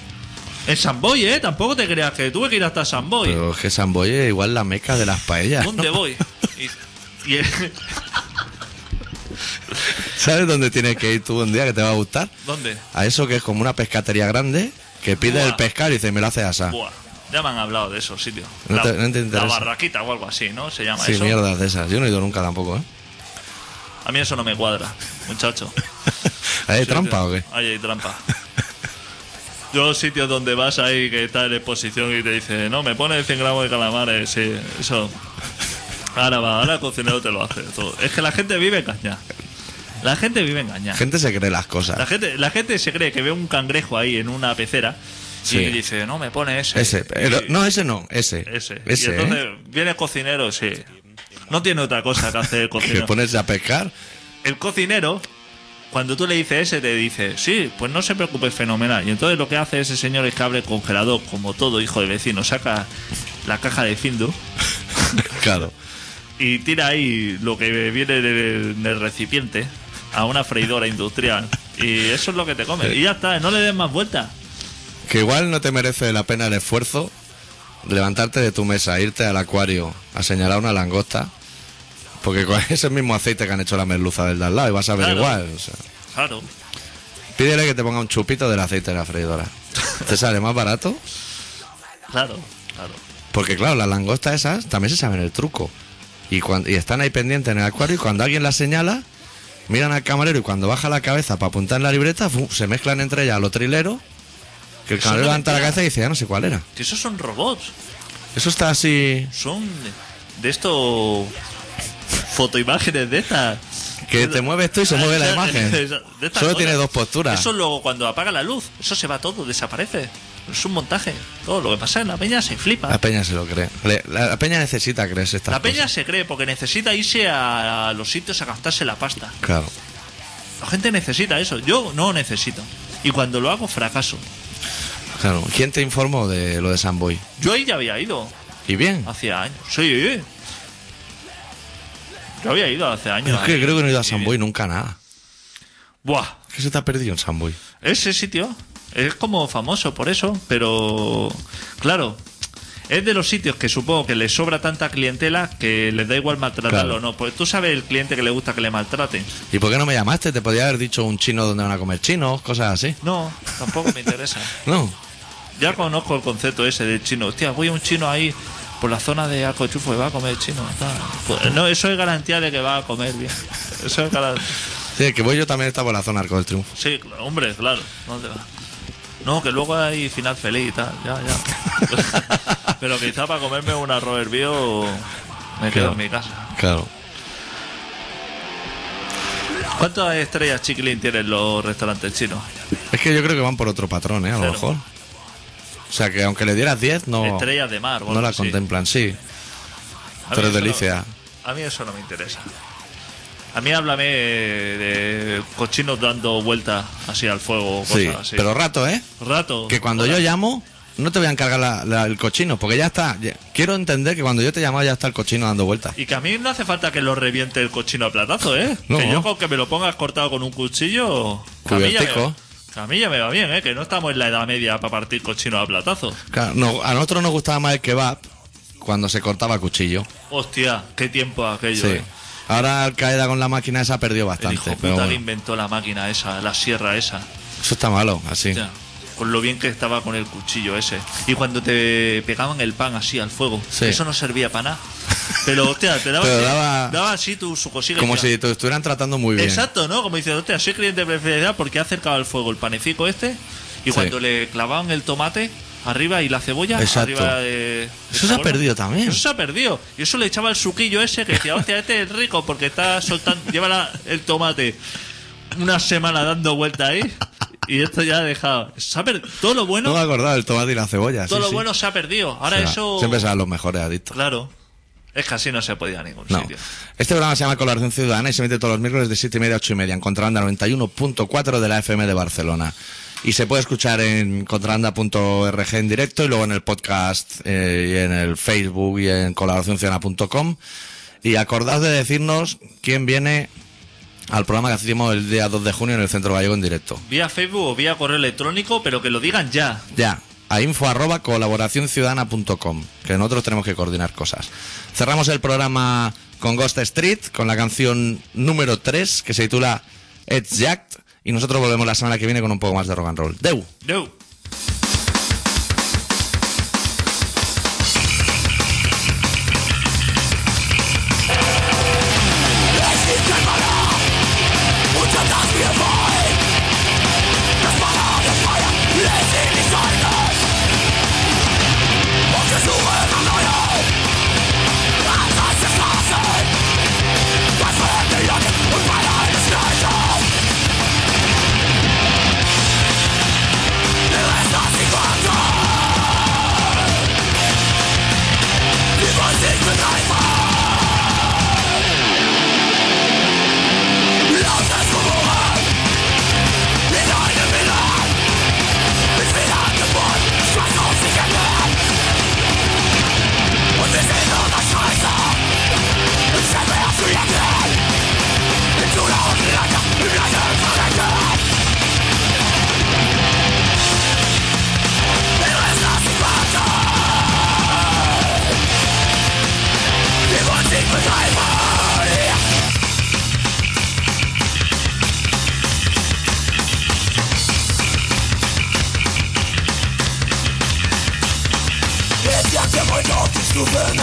Speaker 2: En San Boy, ¿eh? Tampoco te creas que tuve que ir hasta San Boy.
Speaker 1: Pero es que San Boy es igual la meca de las paellas.
Speaker 2: ¿Dónde
Speaker 1: ¿no?
Speaker 2: voy? Y- y-
Speaker 1: ¿Sabes dónde tienes que ir tú un día que te va a gustar?
Speaker 2: ¿Dónde?
Speaker 1: A eso que es como una pescatería grande que pide
Speaker 2: Buah.
Speaker 1: el pescado y dice, me lo hace asa.
Speaker 2: Buah, ya me han hablado de esos sitios.
Speaker 1: Ah. No
Speaker 2: la,
Speaker 1: te- no te
Speaker 2: la
Speaker 1: interesa.
Speaker 2: barraquita o algo así, ¿no? Se llama
Speaker 1: Sí,
Speaker 2: eso.
Speaker 1: mierdas de esas. Yo no he ido nunca tampoco, ¿eh?
Speaker 2: A mí eso no me cuadra, muchacho.
Speaker 1: ¿Hay
Speaker 2: Sí,
Speaker 1: trampa
Speaker 2: tío.
Speaker 1: o qué?
Speaker 2: Ahí hay trampa. Yo los sitios donde vas ahí que está en exposición y te dice, no, me pones 100 gramos de calamares, sí, eso. Ahora va, ahora el cocinero te lo hace. todo. Es que la gente vive engañada. La gente vive engañada.
Speaker 1: La gente se cree las
Speaker 2: La
Speaker 1: cosas.
Speaker 2: gente, la gente se cree que ve un cangrejo ahí en una pecera
Speaker 1: Sí.
Speaker 2: y dice, no, me pone ese.
Speaker 1: Ese, pero-
Speaker 2: Y-
Speaker 1: no, ese no, ese.
Speaker 2: Ese.
Speaker 1: Ese,
Speaker 2: y entonces
Speaker 1: ¿eh?
Speaker 2: viene el cocinero, sí. No tiene otra cosa que hacer el
Speaker 1: Que
Speaker 2: cocinero.
Speaker 1: ponerse a pescar.
Speaker 2: El cocinero, cuando tú le dices ese, te dice, sí, pues no se preocupe, fenomenal. Y entonces lo que hace ese señor es que abre el congelador, como todo hijo de vecino, saca la caja de Findo
Speaker 1: Claro.
Speaker 2: y tira ahí lo que viene del, del recipiente a una freidora industrial. Y eso es lo que te comes. Y ya está, no le des más vueltas.
Speaker 1: Que igual no te merece la pena el esfuerzo levantarte de tu mesa, irte al acuario a señalar una langosta. Porque con ese mismo aceite que han hecho la merluza del de al lado y vas a ver
Speaker 2: Claro.
Speaker 1: igual. o sea.
Speaker 2: Claro.
Speaker 1: pídele que te ponga un chupito del aceite de la freidora. ¿Te sale más barato?
Speaker 2: Claro, claro.
Speaker 1: Porque claro, las langostas esas también se saben el truco. Y, cuan- y están ahí pendientes en el acuario y cuando alguien las señala, miran al camarero y cuando baja la cabeza para apuntar en la libreta, fu, se mezclan entre ellas los trileros, que el
Speaker 2: Eso
Speaker 1: camarero
Speaker 2: no
Speaker 1: levanta la
Speaker 2: mentira.
Speaker 1: cabeza y dice, ya no sé cuál era.
Speaker 2: Que esos son robots.
Speaker 1: Eso está así,
Speaker 2: son de esto fotoimágenes de estas
Speaker 1: que te mueves tú y se mueve la imagen.
Speaker 2: De estas
Speaker 1: Solo
Speaker 2: cosas.
Speaker 1: tiene dos posturas.
Speaker 2: eso luego cuando apaga la luz eso se va todo desaparece es un montaje todo lo que pasa en la peña se flipa
Speaker 1: La peña se lo cree. Le- la, la peña necesita creerse estas
Speaker 2: la peña
Speaker 1: Ah, cosas.
Speaker 2: se cree porque necesita irse a, a los sitios a gastarse la pasta
Speaker 1: Claro.
Speaker 2: la gente necesita eso yo no necesito y cuando lo hago fracaso
Speaker 1: Claro. ¿Quién te informó de lo de San Boy?
Speaker 2: Ah, yo ahí ya había ido
Speaker 1: Y bien.
Speaker 2: hacía años sí Yo había ido hace años.
Speaker 1: Es que creo que no he ido a
Speaker 2: Y-
Speaker 1: Samboy nunca nada.
Speaker 2: Buah,
Speaker 1: ¿Qué se te ha perdido en Samboy?
Speaker 2: Ese sitio es como famoso por eso, pero claro, es de los sitios que supongo que les sobra tanta clientela que les da igual maltratarlo
Speaker 1: Claro.
Speaker 2: o no. Pues tú sabes el cliente que le gusta que le maltraten.
Speaker 1: ¿Y por qué no me llamaste? Te podía haber dicho un chino donde van a comer chinos, cosas así.
Speaker 2: No, tampoco me interesa.
Speaker 1: No.
Speaker 2: Ya conozco el concepto ese del chino. Hostia, voy a un chino ahí por la zona de Alcochufo y va a comer chino. tal. Pues, no, eso es garantía de que va a comer bien. Eso es garantía.
Speaker 1: Sí, el que voy yo también está por la zona Arco del Triunfo.
Speaker 2: Sí, cl- hombre, claro. ¿Dónde va? No, que luego hay final feliz y tal. Ya, ya. Pero quizá para comerme una Robert Bio me quedo en mi casa.
Speaker 1: Claro.
Speaker 2: ¿Cuántas estrellas chiquilín tienen los restaurantes chinos?
Speaker 1: Es que yo creo que van por otro patrón, ¿eh? A lo
Speaker 2: Cero.
Speaker 1: mejor. O sea, que aunque le dieras 10, no,
Speaker 2: estrellas de mar. o
Speaker 1: Oh, no
Speaker 2: algo
Speaker 1: la
Speaker 2: así.
Speaker 1: contemplan, sí.
Speaker 2: A mí
Speaker 1: Tres
Speaker 2: eso no-
Speaker 1: delicias.
Speaker 2: a mí eso no me interesa. A mí háblame de cochinos dando vueltas así al fuego o cosas
Speaker 1: Sí,
Speaker 2: así.
Speaker 1: pero rato, ¿eh?
Speaker 2: Rato.
Speaker 1: Que cuando yo llamo, no te voy a encargar la- la- el cochino, porque ya está. ya- quiero entender que cuando yo te llamo ya está el cochino dando vueltas.
Speaker 2: Y que a mí no hace falta que lo reviente el cochino a platazo, ¿eh?
Speaker 1: No.
Speaker 2: Que yo con que me lo pongas cortado con un cuchillo. que a mí ya me-
Speaker 1: Cubiertico.
Speaker 2: que A mí ya me va bien, ¿eh? Que no estamos en la edad media para partir cochino a platazo.
Speaker 1: Claro, no, a nosotros nos gustaba más el kebab cuando se cortaba a cuchillo.
Speaker 2: Hostia, qué tiempo aquello,
Speaker 1: Sí.
Speaker 2: ¿eh?
Speaker 1: Ahora Al Qaeda con la máquina esa ha perdido
Speaker 2: El hijo
Speaker 1: bastante.
Speaker 2: puta
Speaker 1: Pero
Speaker 2: que
Speaker 1: bueno,
Speaker 2: inventó la máquina esa, la sierra esa.
Speaker 1: eso está malo, así.
Speaker 2: Ya, Con lo bien que estaba con el cuchillo ese. Y cuando te pegaban el pan así al fuego.
Speaker 1: Sí.
Speaker 2: Eso no servía para nada. Pero, hostia, te daba,
Speaker 1: Pero
Speaker 2: así-
Speaker 1: daba-
Speaker 2: daba así tu, su cosilla.
Speaker 1: Como
Speaker 2: Ya.
Speaker 1: si te estuvieran tratando muy bien.
Speaker 2: Exacto, ¿no? Como dice, hostia, soy cliente preferencial porque ha acercado al fuego el panecico este y cuando le clavaban el tomate arriba y la cebolla
Speaker 1: Exacto.
Speaker 2: arriba de... de
Speaker 1: Eso se ha
Speaker 2: sabor.
Speaker 1: perdido también.
Speaker 2: Eso se ha perdido. Y eso le echaba el suquillo ese que decía, hostia, este es rico porque está soltando... Lleva la- el tomate una semana dando vuelta ahí y esto ya ha dejado... Se ha per- Todo lo bueno,
Speaker 1: No me acordaba el tomate y la cebolla.
Speaker 2: todo
Speaker 1: sí,
Speaker 2: lo
Speaker 1: sí.
Speaker 2: bueno se ha perdido. Ahora
Speaker 1: O sea,
Speaker 2: eso...
Speaker 1: Siempre serán los mejores adictos.
Speaker 2: Claro. Es que así no se podía a ningún
Speaker 1: No.
Speaker 2: sitio.
Speaker 1: Este programa se llama Colaboración Ciudadana y se emite todos los miércoles de 7 y media a 8 y media en Contralanda 91.4 de la FM de Barcelona. Y se puede escuchar en contralanda.org en directo y luego en el podcast eh, y en el Facebook y en colaboracionciudadana.com. Y acordaos de decirnos quién viene al programa que hacemos el día 2 de junio en el Centro Gallego en directo.
Speaker 2: Vía Facebook o vía correo electrónico, pero que lo digan ya.
Speaker 1: Ya, a info arroba colaboracionciudadana.com, que nosotros tenemos que coordinar cosas. Cerramos el programa con Ghost Street, con la canción número 3, que se titula Exact, y nosotros volvemos la semana que viene con un poco más de rock and roll. ¡Deu!
Speaker 2: No.
Speaker 3: It's not the way not to stupid